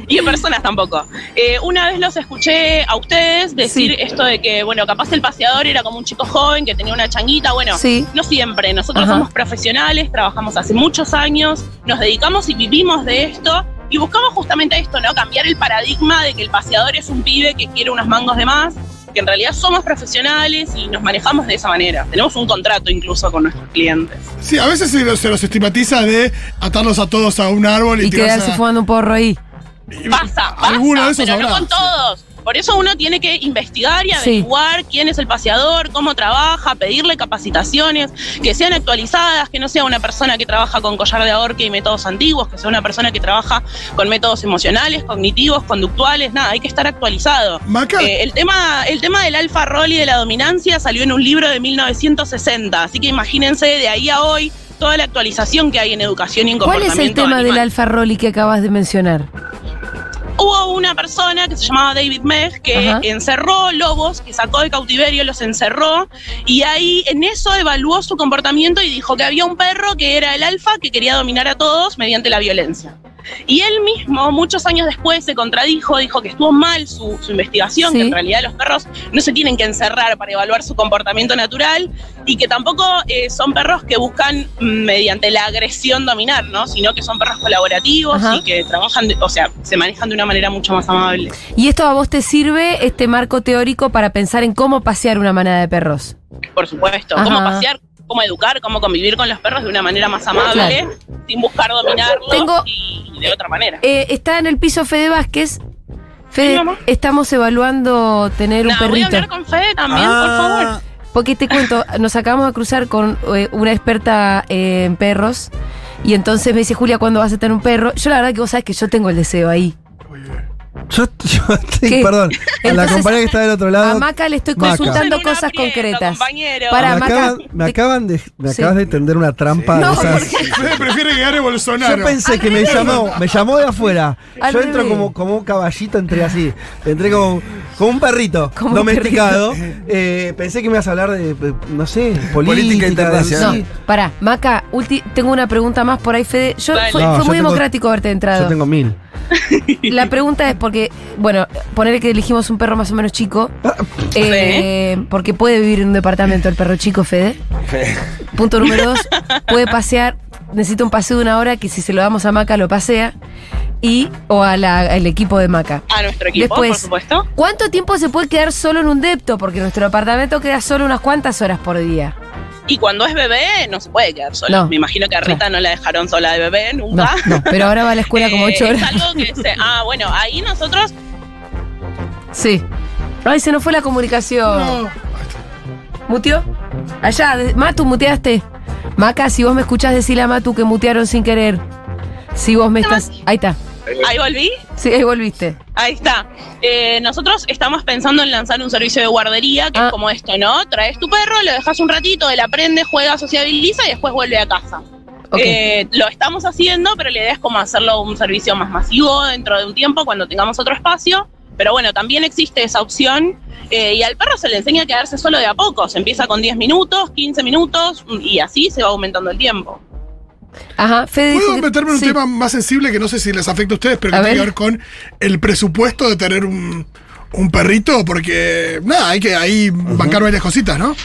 Y a personas tampoco. Eh, una vez los escuché a ustedes decir
Sí.
esto de que, bueno, capaz el paseador era como un chico joven que tenía una changuita, bueno.
Sí.
No siempre, nosotros
Ajá.
somos profesionales, trabajamos hace muchos años, nos dedicamos y vivimos de esto y buscamos justamente esto, ¿no? Cambiar el paradigma de que el paseador es un pibe que quiere unos mangos de más, que en realidad somos profesionales y nos manejamos de esa manera. Tenemos un contrato incluso con nuestros clientes.
Sí, a veces se los, se los estigmatiza de atarlos a todos a un árbol y,
Y
tirarse
quedarse
a-
fumando un porro ahí.
y-
Pasa, pasa,
Alguno de esos
pero
habrá.
no con todos. Por eso uno tiene que investigar y
Sí.
averiguar quién es el paseador, cómo trabaja, pedirle capacitaciones, que sean actualizadas, que no sea una persona que trabaja con collar de ahorque y métodos antiguos, que sea una persona que trabaja con métodos emocionales, cognitivos, conductuales, nada, hay que estar actualizado.
Maca,
Eh, el, tema, el tema del alfa roll y de la dominancia salió en un libro de 1960, así que imagínense de ahí a hoy toda la actualización que hay en educación y en
¿Cuál es el
comportamiento
tema del
animal.
alfa Rolly que acabas de mencionar?
Hubo una persona que se llamaba David Meg que
Ajá.
encerró lobos, que sacó de cautiverio, los encerró y ahí en eso evaluó su comportamiento y dijo que había un perro que era el alfa que quería dominar a todos mediante la violencia. Y él mismo, muchos años después, se contradijo, dijo que estuvo mal su, su investigación,
Sí.
que en realidad los perros no se tienen que encerrar para evaluar su comportamiento natural y que tampoco eh, son perros que buscan mm, mediante la agresión dominar, ¿no? Sino que son perros colaborativos
Ajá.
y que trabajan, de- o sea, se manejan de una manera mucho más amable.
¿Y esto a vos te sirve, este marco teórico, para pensar en cómo pasear una manada de perros?
Por supuesto,
Ajá.
cómo pasear cómo educar, cómo convivir con los perros de una manera más amable,
Claro.
sin buscar dominarlos
Tengo-
y de otra manera.
Eh, está en el piso Fede Vázquez. Fede,
Sí, mamá.
estamos evaluando tener un
Nada, voy a
perrito. Ah.
hablar con Fede también,
Ah.
por favor.
Porque te cuento, nos acabamos de cruzar con eh, una experta eh, en perros. Y entonces me dice, Julia, ¿cuándo vas a tener un perro? Yo la verdad que vos sabés que yo tengo el deseo ahí.
Yo, yo estoy-
¿Qué?
perdón, a la
Entonces,
compañera que está del otro lado.
a Maca le estoy
Maca.
consultando
Usen un
cosas
aprieto,
concretas.
compañero.
Para-
me,
Maca,
acaban, me
te-
acaban de, me
Sí.
acabas de tender una trampa.
No,
de esas-
porque-
Fede prefiere que gane Bolsonaro.
Yo pensé que me
revés.
llamó, me llamó de afuera.
Al
Yo entro
revés.
como, como un caballito, entré así. Entré como, como un perrito
Como un
domesticado. Eh, pensé que me ibas a hablar de, de, no sé, política,
No,
internacional.
de- sí.
pará, Maca, ulti- tengo una pregunta más por ahí, Fede. Yo,
Dale.
fue
No,
fue
yo
muy
tengo-
democrático haberte
Yo
entrado.
tengo mil.
La pregunta es porque, bueno, poner que elegimos un perro más o menos chico, eh, porque puede vivir en un departamento el perro chico, Fede. Punto número dos, puede pasear, necesita un paseo de una hora que si se lo damos a Maca lo pasea, y o a la- al equipo de Maca.
A nuestro equipo, por
Después.
supuesto.
¿Cuánto tiempo se puede quedar solo en un depto? Porque nuestro apartamento queda solo unas cuantas horas por día.
Y cuando es bebé, no se puede quedar sola.
No.
Me imagino que a Rita no la dejaron sola de bebé
No,
nunca.
no, pero ahora va a la escuela como
Eh,
ocho horas.
Es algo que se, ah, bueno, ahí nosotros
Sí. Ay, se nos fue la comunicación.
No.
¿Mutió? Allá, de- Matu, muteaste. Maca, si vos me escuchás, decirle a Matu que mutearon sin querer. Si vos me estás. Ahí está.
Ahí volví.
Sí, ahí volviste.
Ahí está. Eh, nosotros estamos pensando en lanzar un servicio de guardería, que
Ah.
es como esto, ¿no? Traes tu perro, lo dejas un ratito, él aprende, juega, sociabiliza y después vuelve a casa.
Ok.
Eh, lo estamos haciendo, pero la idea es como hacerlo un servicio más masivo dentro de un tiempo, cuando tengamos otro espacio. Pero bueno, también existe esa opción. eh, y al perro se le enseña a quedarse solo de a poco. Se empieza con 10 minutos, 15 minutos y así se va aumentando el tiempo.
Ajá, Fede. dijo
¿Puedo
que-
meterme en un
sí.
tema más sensible que no sé si les afecta a ustedes, pero que
A
tiene que
ver.
ver con el presupuesto de tener un, un perrito? Porque, nada, hay que ahí bancar varias cositas, ¿no?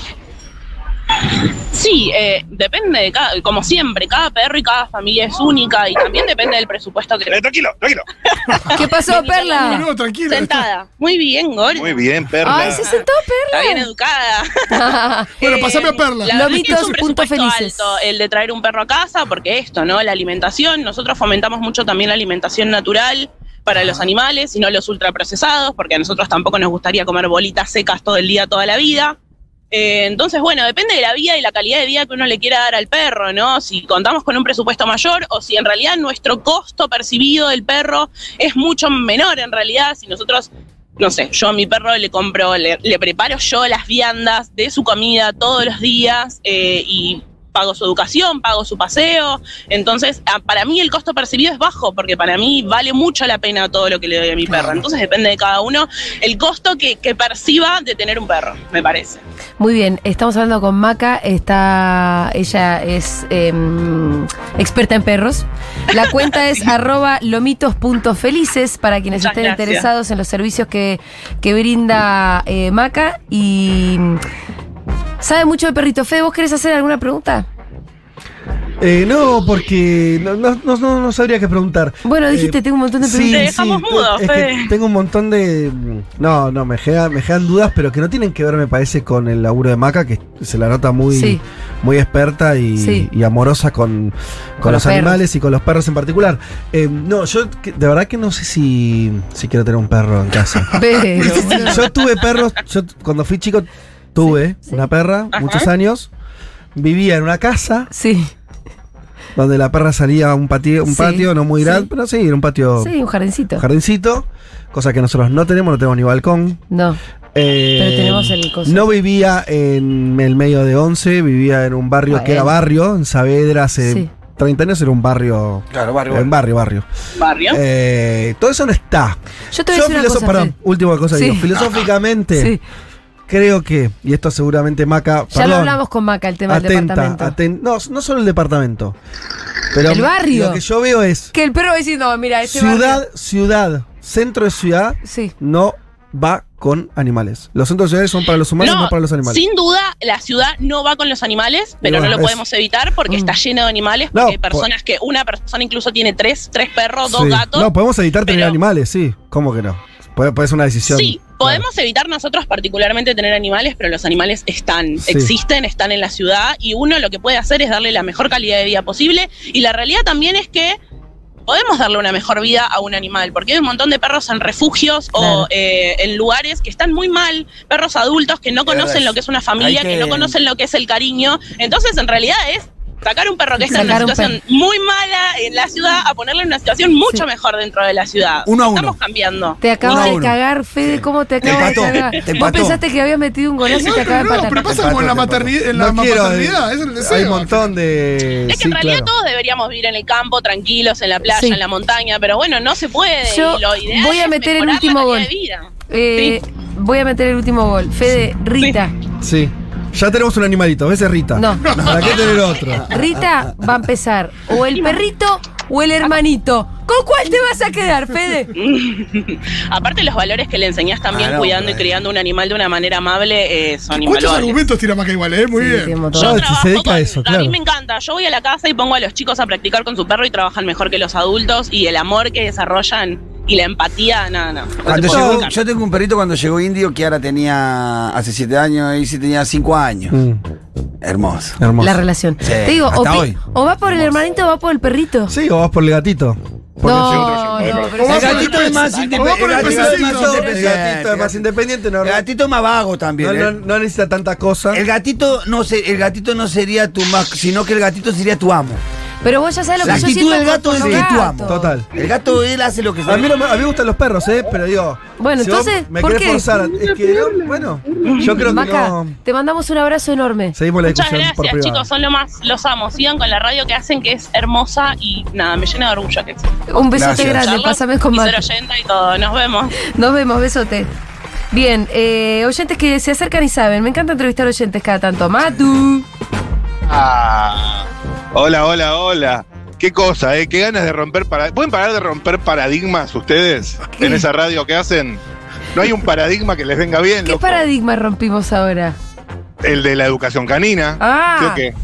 Sí, eh, depende de cada, como siempre, cada perro y cada familia es única y también depende del presupuesto que
Eh, tranquilo, tranquilo.
¿Qué pasó,
No,
Perla?
no, tranquilo.
Sentada. Muy bien, Gordo.
Muy bien, perro.
Ay, se sentó
Está bien educada.
Perla.
Bueno,
Eh,
pasame a Perla.
la verdad es que es
Lobitos,
un
punto
presupuesto
felices.
alto el de traer un perro a casa, porque esto, ¿no? La alimentación. Nosotros fomentamos mucho también la alimentación natural para los animales y no los ultraprocesados, porque a nosotros tampoco nos gustaría comer bolitas secas todo el día, toda la vida. Eh, entonces, bueno, depende de la vida y la calidad de vida que uno le quiera dar al perro, ¿no? Si contamos con un presupuesto mayor o si en realidad nuestro costo percibido del perro es mucho menor en realidad, si nosotros... No sé, yo a mi perro le compro, le, le preparo yo las viandas de su comida todos los días eh, y pago su educación, pago su paseo. Entonces, a- para mí el costo percibido es bajo, porque para mí vale mucho la pena todo lo que le doy a mi perro. Entonces, depende de cada uno el costo que, que perciba de tener un perro, me parece.
Muy bien, estamos hablando con Maca, está, ella es eh, experta en perros. La cuenta es arroba lomitos.felices para quienes
Muchas
estén
gracias.
interesados en los servicios que, que brinda eh, Maca. Y mm, sabe mucho de perrito. Fede, ¿vos querés hacer alguna pregunta?
Eh, no, porque no, no, no- no- no sabría qué preguntar.
Bueno, dijiste,
Eh,
tengo un montón de
Sí,
preguntas.
Te dejamos
sí,
mudo,
es que
Fede.
tengo un montón de. No, no, me quedan, me quedan dudas, pero que no tienen que ver, me parece, con el laburo de Maca, que se la nota muy,
Sí.
muy experta y,
Sí.
y amorosa con, con
Con
los,
los perros.
animales y con los perros en particular. Eh, no, yo que- de verdad que no sé si, si quiero tener un perro en casa.
Pero-
yo tuve perros, yo t- cuando fui chico tuve una perra,
Ajá.
muchos años. Vivía en una casa
sí,
donde la perra salía a un patio, un
Sí,
patio no muy grande,
sí.
pero sí, era un patio
sí, un jardincito.
jardincito, cosa que nosotros no tenemos, no tenemos ni balcón.
No,
Eh,
Pero tenemos el coso.
No vivía en el medio de Once, vivía en un barrio que era
Bueno.
barrio, en Saavedra hace
Sí.
30 años era un barrio.
Claro, barrio.
Un barrio, barrio.
Barrio.
Eh, todo eso no está.
yo te voy a decir una
filoso-
cosa.
perdón,
Fede.
última cosa
Sí.
digo. Filosóficamente,
Sí,
creo que, y esto seguramente Maca.
ya
perdón,
lo hablamos con Maca el tema del
atenta,
departamento.
aten- no, no solo el departamento. Pero
El barrio.
Lo que yo veo es
Que el perro va a decir, no, mira, este
ciudad,
barrio-
ciudad, centro de ciudad,
Sí.
no va con animales. Los centros ciudades son para los humanos, no, para los animales.
Sin duda, la ciudad no va con los animales, pero
bueno,
no lo
es-
podemos evitar porque
Mm.
está lleno de animales,
No,
porque hay
po-
personas que una persona incluso tiene tres, tres perros, dos
Sí.
gatos.
No, podemos evitar tener
pero-
animales, sí. ¿Cómo que no? Puede, puede ser una decisión.
Sí, Podemos evitar nosotros particularmente tener animales, pero los animales están,
Sí.
existen, están en la ciudad y uno lo que puede hacer es darle la mejor calidad de vida posible y la realidad también es que podemos darle una mejor vida a un animal, porque hay un montón de perros en refugios
Claro.
o eh, en lugares que están muy mal, perros adultos que no
verdad,
conocen lo que es una familia,
hay
que,
que-
no conocen lo que es el cariño, entonces en realidad es... Sacar un perro que está
Sacar
en
un
una situación muy mala en la ciudad a ponerle en una situación mucho mejor dentro de la ciudad.
Uno a uno.
Estamos cambiando.
Te acabas
Uno a
de
uno.
cagar, Fede, ¿cómo te acabas
empató,
de cagar?
te
Vos
empató.
pensaste que habías metido un golazo y te acabas de
no, pero
empatar.
pasa como en la maternidad, en la
No quiero, eh,
maternidad, es el deseo.
Hay un montón de.
Es que en
sí,
realidad
claro.
todos deberíamos vivir en el campo, tranquilos, en la playa,
Sí.
en la montaña, pero bueno, no se puede.
Yo
y lo ideal
voy a
es
meter
mejorar
el
la
último
calidad
gol.
de vida.
Eh, Voy a meter el último gol. Fede, Rita.
Sí. Ya tenemos un animalito, a veces Rita.
No.
¿Para qué tener otro?
Rita va a empezar o el perrito o el hermanito. ¿Con cuál te vas a quedar, Fede?
Aparte, los valores que le enseñás también
Ah, no,
cuidando
pero
y criando un animal de una manera amable eh, son
¿Cuántos
invaluables.
argumentos tira Maca igual, eh? Muy
Sí,
bien.
tiene un montón.
Yo
Ah, si se
trabajo
dedica a
con-
eso,
a mí
claro.
me encanta. Yo voy a la casa y pongo a los chicos a practicar con su perro y trabajan mejor que los adultos y el amor que desarrollan y la empatía, nada, no, no. se
Cuando
puede
llegó-
explicar.
yo tengo un perrito cuando llegó indio que ahora tenía hace siete años y sí tenía cinco años.
Mm,
Hermoso.
hermoso.
La relación.
Sí,
te digo, o,
hasta
pi-
hoy.
o va por el hermanito o va por el perrito.
Sí, o vas por el gatito.
No, no, pero
O
El
vas por
gatito
pez,
es más
o vas
independiente.
por el
El gatito es más
pececito.
independiente.
El gatito es más independiente, no,
El gatito es más vago también.
no, no-
¿eh?
no necesita tanta cosa.
El gatito no se- el gatito no sería tu más, sino que el gatito sería tu amo.
Pero vos ya sabes lo
La
que yo
actitud
siento
del
con-
gato
con
es
los
que tú
gatos.
amo.
Total.
El gato él hace lo que
A mí, no me, a mí me gustan los perros, ¿eh? Pero digo.
Bueno,
vos
entonces,
Me
¿por
querés
qué?
forzar. a- Es que. no, bueno, yo creo que
Maca,
no.
te mandamos un abrazo enorme.
Seguimos la
Muchas
discusión por
gracias,
privado.
chicos. Son lo más. Los amo. Sigan con la radio que hacen, que es hermosa y nada, me llena de orgullo que exista.
Un besote
Gracias.
grande,
Charlo,
pásame con
y
Mate.
080 y todo. Nos vemos.
Nos vemos, besote. Bien, eh, oyentes que se acercan y saben, me encanta entrevistar oyentes cada tanto. Matu.
Ah, hola, hola, hola. Qué cosa, ¿eh? Qué ganas de romper paradigmas. ¿Pueden parar de romper paradigmas ustedes en esa radio que hacen? No hay un paradigma que les venga bien.
¿Qué
loco.
paradigma rompimos ahora?
El de la educación canina. Creo
Ah,
que-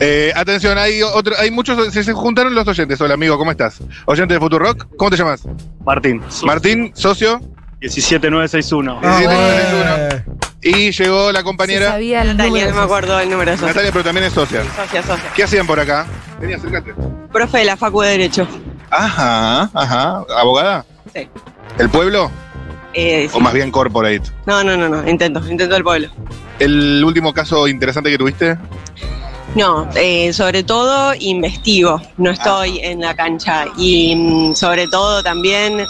Eh, atención, hay otro, hay muchos, se, se juntaron los oyentes. Hola amigo, ¿cómo estás? Oyente de Futurock, ¿cómo te llamas?
Martín.
Martín, socio.
17961.
Ah,
Sí,
bueno.
Y llegó la
se
compañera
sabía el
Natalia, no me
número. Ah,
acuerdo el número de socia.
Natalia, pero también es socia.
Socia, socia.
¿Qué hacían por acá? Vení, acércate.
Profe de la Facu de Derecho.
Ajá, ajá. ¿Abogada?
Sí.
¿El pueblo?
Eh,
O más bien corporate.
no, no, no, no. Intento, intento del pueblo.
¿El último caso interesante que tuviste?
No, eh, sobre todo investigo. No estoy en la cancha. Y mm, sobre todo también,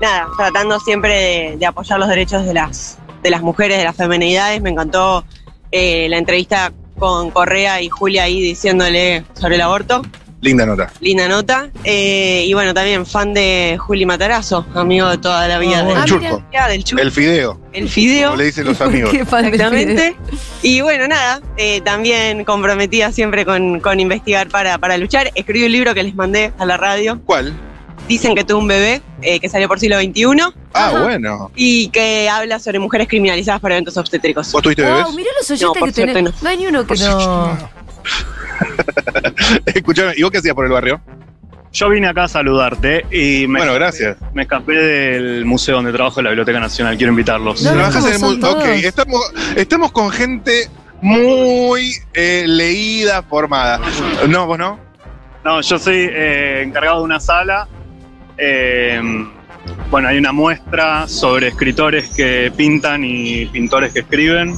nada, tratando siempre de, de apoyar los derechos de las, de las mujeres, de las femenidades. Me encantó eh, la entrevista con Correa y Julia ahí diciéndole sobre el aborto.
Linda nota.
Linda nota. Eh, y bueno, también fan de Juli Matarazo, amigo de toda la vida.
Ah,
de-
El
mira.
churco.
Ya, del chu-
El fideo,
el fideo.
como le dicen los amigos.
Qué fan de Fidel.
Exactamente. Y bueno, nada, eh, también comprometida siempre con, con investigar para, para luchar. Escribí un libro que les mandé a la radio.
¿Cuál?
Dicen que tuve un bebé eh, que salió por siglo XXI
Ah,
Ajá.
bueno.
y que habla sobre mujeres criminalizadas por eventos obstétricos.
¿Vos tuviste bebés?
Wow, Ah, mirá los
No,
oyentes
por
que
suerte
tenés. No.
no.
hay ni uno que no.
Escuchame, ¿y vos qué hacías por el barrio?
Yo vine acá a saludarte y me,
Bueno, gracias.
me escapé del museo donde trabajo de la Biblioteca Nacional. Quiero invitarlos.
No, no,
Trabajas
como
en el
son
mu- ok,
todos.
estamos, estamos con gente muy eh, leída, formada. No, vos no.
No, yo soy eh, encargado de una sala. eh, bueno, hay una muestra sobre escritores que pintan y pintores que escriben.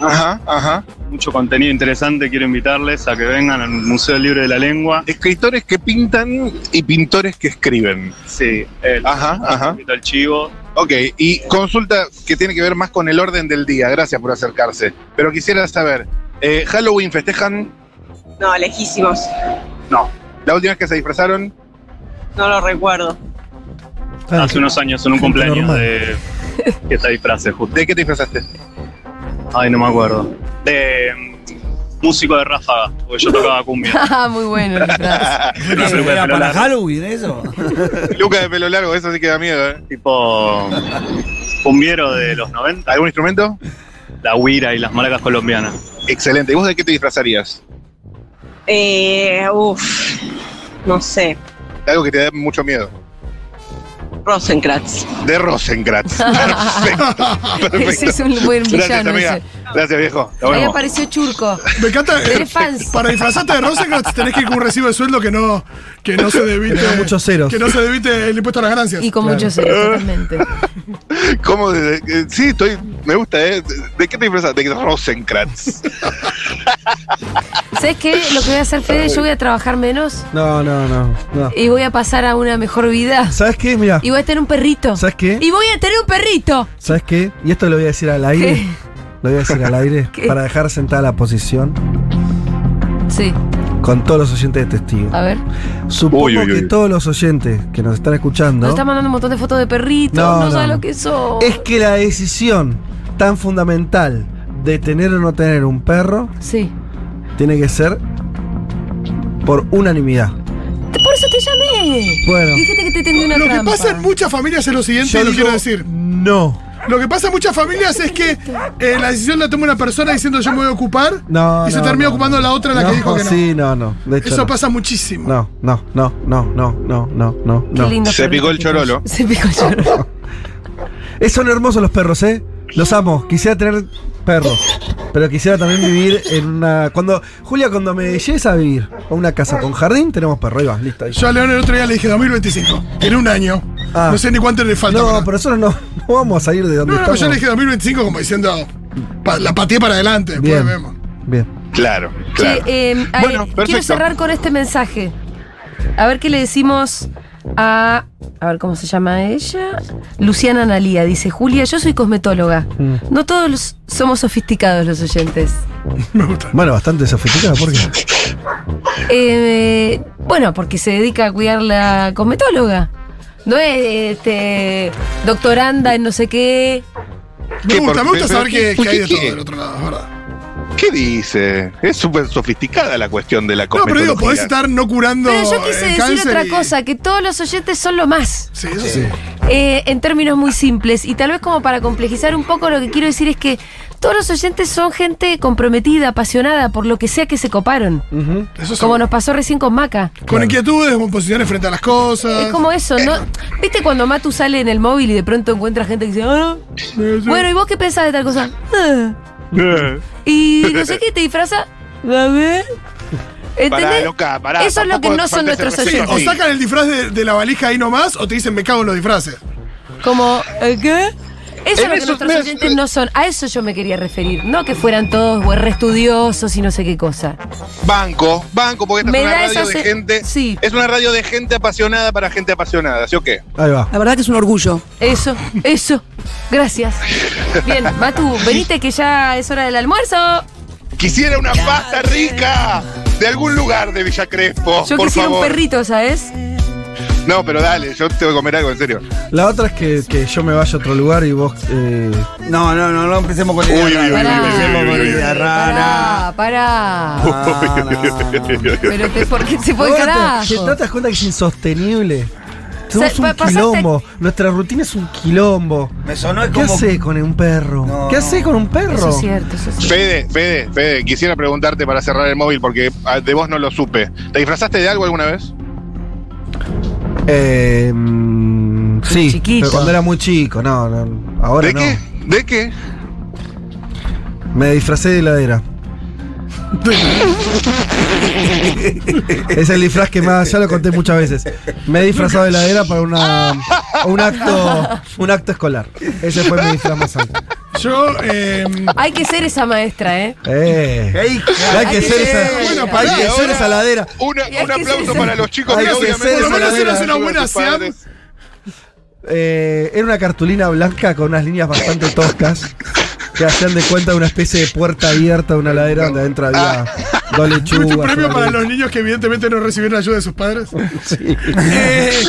Ajá, ajá.
Mucho contenido interesante. Quiero invitarles a que vengan al Museo del Libre de la Lengua.
Escritores que pintan y pintores que escriben.
Sí, el,
Ajá, ajá.
el chivo.
Ok, y consulta que tiene que ver más con el orden del día. Gracias por acercarse. Pero quisiera saber, eh, ¿Halloween festejan?
No, lejísimos.
¿La última vez que se disfrazaron?
No lo recuerdo.
Ah,
Eh,
Hace unos años, en un cumpleaños
normal.
de. que te disfraces, justo.
¿De qué te disfrazaste?
Ay, no me acuerdo. De mm, músico de ráfaga, porque yo tocaba cumbia.
Ah, muy bueno. el disfraz.
Ah,
Una peluca de
¿Era
pelo
para
largo,
Halloween eso?
Luca de pelo largo, eso sí que da miedo, ¿eh?
tipo cumbiero de los 90,
¿Algún instrumento?
la huira y las maracas colombianas.
Excelente. ¿Y vos de qué te disfrazarías?
Eh, uf, no sé.
De algo que te dé mucho miedo.
Rosenkratz.
De Rosenkratz. Perfecto.
Ese
perfecto.
es un buen
Gracias,
villano
amiga.
ese.
Gracias, viejo. Nos
Ahí
vemos.
apareció Churco.
Me encanta. eh,
Eres fans.
Para disfrazarte de Rosencrantz tenés que ir con un recibo de sueldo que no, que no se debite.
tenga muchos ceros.
Que no se debite el impuesto a las ganancias.
Y con
Claro.
muchos celos, totalmente.
¿Cómo? de- de- eh, sí, estoy. Me gusta, ¿eh? ¿De qué te disfrazas? De Rosenkratz.
¿Sabes qué? Lo que voy a hacer, Fede, yo voy a trabajar menos
No, no, no. no.
y voy a pasar a una mejor vida.
¿Sabes qué? Mira,
Y voy a tener un perrito.
¿sabes qué?
Y voy a tener un perrito.
¿Sabes qué? Y esto lo voy a decir al aire.
¿Qué?
Lo voy a decir al aire
¿Qué?
para dejar sentada la posición
Sí,
con todos los oyentes de testigo.
a ver.
Supongo
Uy, uy, uy.
que todos los oyentes que nos están escuchando
Nos está mandando un montón de fotos de perritos. No,
No,
sabes
no, no.
lo que son.
es que la decisión tan fundamental de tener o no tener un perro
Sí.
tiene que ser por unanimidad.
Te- Por eso te llamé.
Bueno.
Dijiste que te tendí una
Lo que
trampa.
pasa en muchas familias es lo siguiente, y lo
digo,
quiero decir.
No.
Lo que pasa en muchas familias es que eh, la decisión la toma una persona diciendo yo me voy a ocupar
No.
y se
no,
termina
no,
ocupando
no.
la otra la que
No,
dijo que no.
Sí, no, no. De hecho,
Eso
no.
pasa muchísimo.
No, no, no, no, no, no, no, no,
Qué
no.
lindo
Se
perrito
picó el
que tenés.
chorolo.
Se picó el chorolo.
Eh, Son hermosos los perros, ¿eh? Los amo. Quisiera tener perros. Pero quisiera también vivir en una. Cuando. Julia, cuando me llegues a vivir a una casa con jardín, tenemos perro. Ahí va, listo. ahí.
Yo a León el otro día le dije 2025. Tiene un año.
Ah.
No sé ni cuánto le falta.
No,
para-
pero nosotros no, no vamos a salir de donde
no, no,
estamos.
yo le dije 2025 como diciendo pa- la pateé para adelante. Después
Bien.
vemos.
Bien.
Claro, claro.
Che, eh, a
Bueno,
ver, quiero
perfecto.
cerrar con este mensaje. A ver qué le decimos a. A ver cómo se llama ella. Luciana Analía dice: Julia, yo soy cosmetóloga.
Mm.
No todos los- somos sofisticados los oyentes.
Me gusta.
Bueno, bastante sofisticado, ¿por qué?
Eh, bueno, porque se dedica a cuidar la cosmetóloga. No es este, doctoranda en no sé qué.
Me
¿Qué,
gusta,
por-
me gusta
pero
saber
qué-
que, que hay de
qué-
todo del otro lado, es verdad.
¿Qué dice? Es súper sofisticada la cuestión de la
No, pero digo,
cosmetología.
podés estar no curando.
Pero yo quise
el
decir
cáncer
otra
y-
cosa, que todos los oyentes son lo más.
Sí, eso sí.
Eh, en términos muy simples. Y tal vez como para complejizar un poco, lo que quiero decir es que todos los oyentes son gente comprometida, apasionada por lo que sea que se coparon.
Ujú.
Eso sí.
Como nos pasó recién con Maca.
Con inquietudes, con posiciones frente a las cosas.
Es como eso, ¿no?
Eh.
¿Viste cuando Matu sale en el móvil y de pronto encuentra gente que dice, "Ah, bueno, ¿y vos qué pensás de tal cosa? "Ah". Y no sé qué te disfraza. A ver.
Pará,
¿Entendés?
loca, pará.
Eso es lo que
Tampoco
no son
faltes el
nuestros
respeto
oyentes.
a
O
mí.
sacan el disfraz de, de la valija ahí nomás, o te dicen me cago en los disfraces.
Como, ¿eh, ¿qué? Eso es
En
lo que
esos
nuestros
mes-
oyentes no son. A eso yo me quería referir. No que fueran todos o re estudiosos y no sé qué cosa.
Banco, banco, porque esta
Me
es una
da
radio
esa
de
se-
gente.
sí.
Es una radio de gente apasionada para gente apasionada, ¿sí o qué?
Ahí va.
La verdad que es un orgullo.
Eso, eso. Gracias. Bien, Matu, venite que ya es hora del almuerzo.
Quisiera una pasta rica de algún lugar de Villa Crespo.
Yo
por
quisiera
favor.
un perrito, ¿sabes?
No, pero dale, yo tengo que comer algo, en serio.
La otra es que, que yo me vaya a otro lugar y vos. eh,
No, no, no, no empecemos con
Uy, uy,
idea
uy,
rara.
uy,
Empecemos
uy,
con
uy,
idea rara. Ah,
Pará, pará. Pero te, ¿por qué se fue el
Roberto, ¿te- ¿No
carajo?
te das cuenta que es insostenible? Somos
pa-
un
pasaste-
quilombo. Nuestra rutina es un quilombo.
Me sonó
¿Qué
como.
hace con un perro?
No,
¿Qué
no.
hace con un perro?
Eso es cierto, eso es cierto.
Fede, Fede, Fede, quisiera preguntarte para cerrar el móvil porque ah, de vos no lo supe. ¿Te disfrazaste de algo alguna vez?
Eh, mm, sí,
chiquito.
pero cuando era muy chico, no, no, ahora
¿De
no.
qué? ¿De qué?
Me disfracé de heladera. es el disfraz que más, ya lo conté muchas veces. Me he disfrazado de heladera para una, un acto, un acto escolar. Ese fue mi disfraz más alto.
Yo, eh,
Hay que ser esa maestra, ¿eh?
Eh,
Ey,
hay que ser esa,
bueno,
hay que
pará,
ser esa heladera.
Una-
Y hay
un
que
aplauso
ser-
para los chicos
Hay
que
que
obviamente
ser
no
esa
fueron
heladera.
a
Una buena
sus padres.
Eh, era una cartulina blanca con unas líneas bastante toscas que hacían de cuenta de una especie de puerta abierta de una ladera donde adentro había dos lechugas.
tuviste Ah. un premio
una
para
lechuga.
los niños que evidentemente no recibieron ayuda de sus padres. Eh,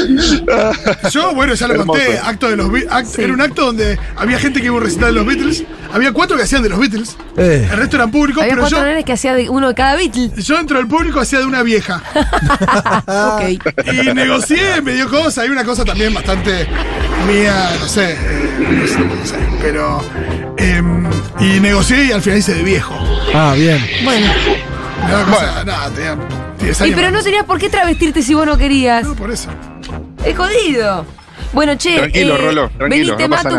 yo, bueno, ya lo conté.
Hermoso.
Acto de los Be- act- Era un acto donde había gente que iba a un recital de los Beatles. Había cuatro que hacían de los Beatles.
Eh,
El resto eran públicos,
Había
pero
cuatro
yo,
nenes que hacía de uno de cada Beatle.
yo dentro del público hacía de una vieja. Ah.
Ok.
Y negocié, me dio cosas. Hay una cosa también bastante mía, no sé. eh, no sé, no sé, pero. em, y negocié y al final hice de viejo.
ah, bien.
Bueno.
Me daba cosa, nada, tenía 10
Y
años.
pero no tenías por qué travestirte si vos no querías.
No, por eso.
Es jodido. eh,
Bueno, che.
Tranquilo, Rolo, tranquilo,
venite,
no pasa
Matu,
nada.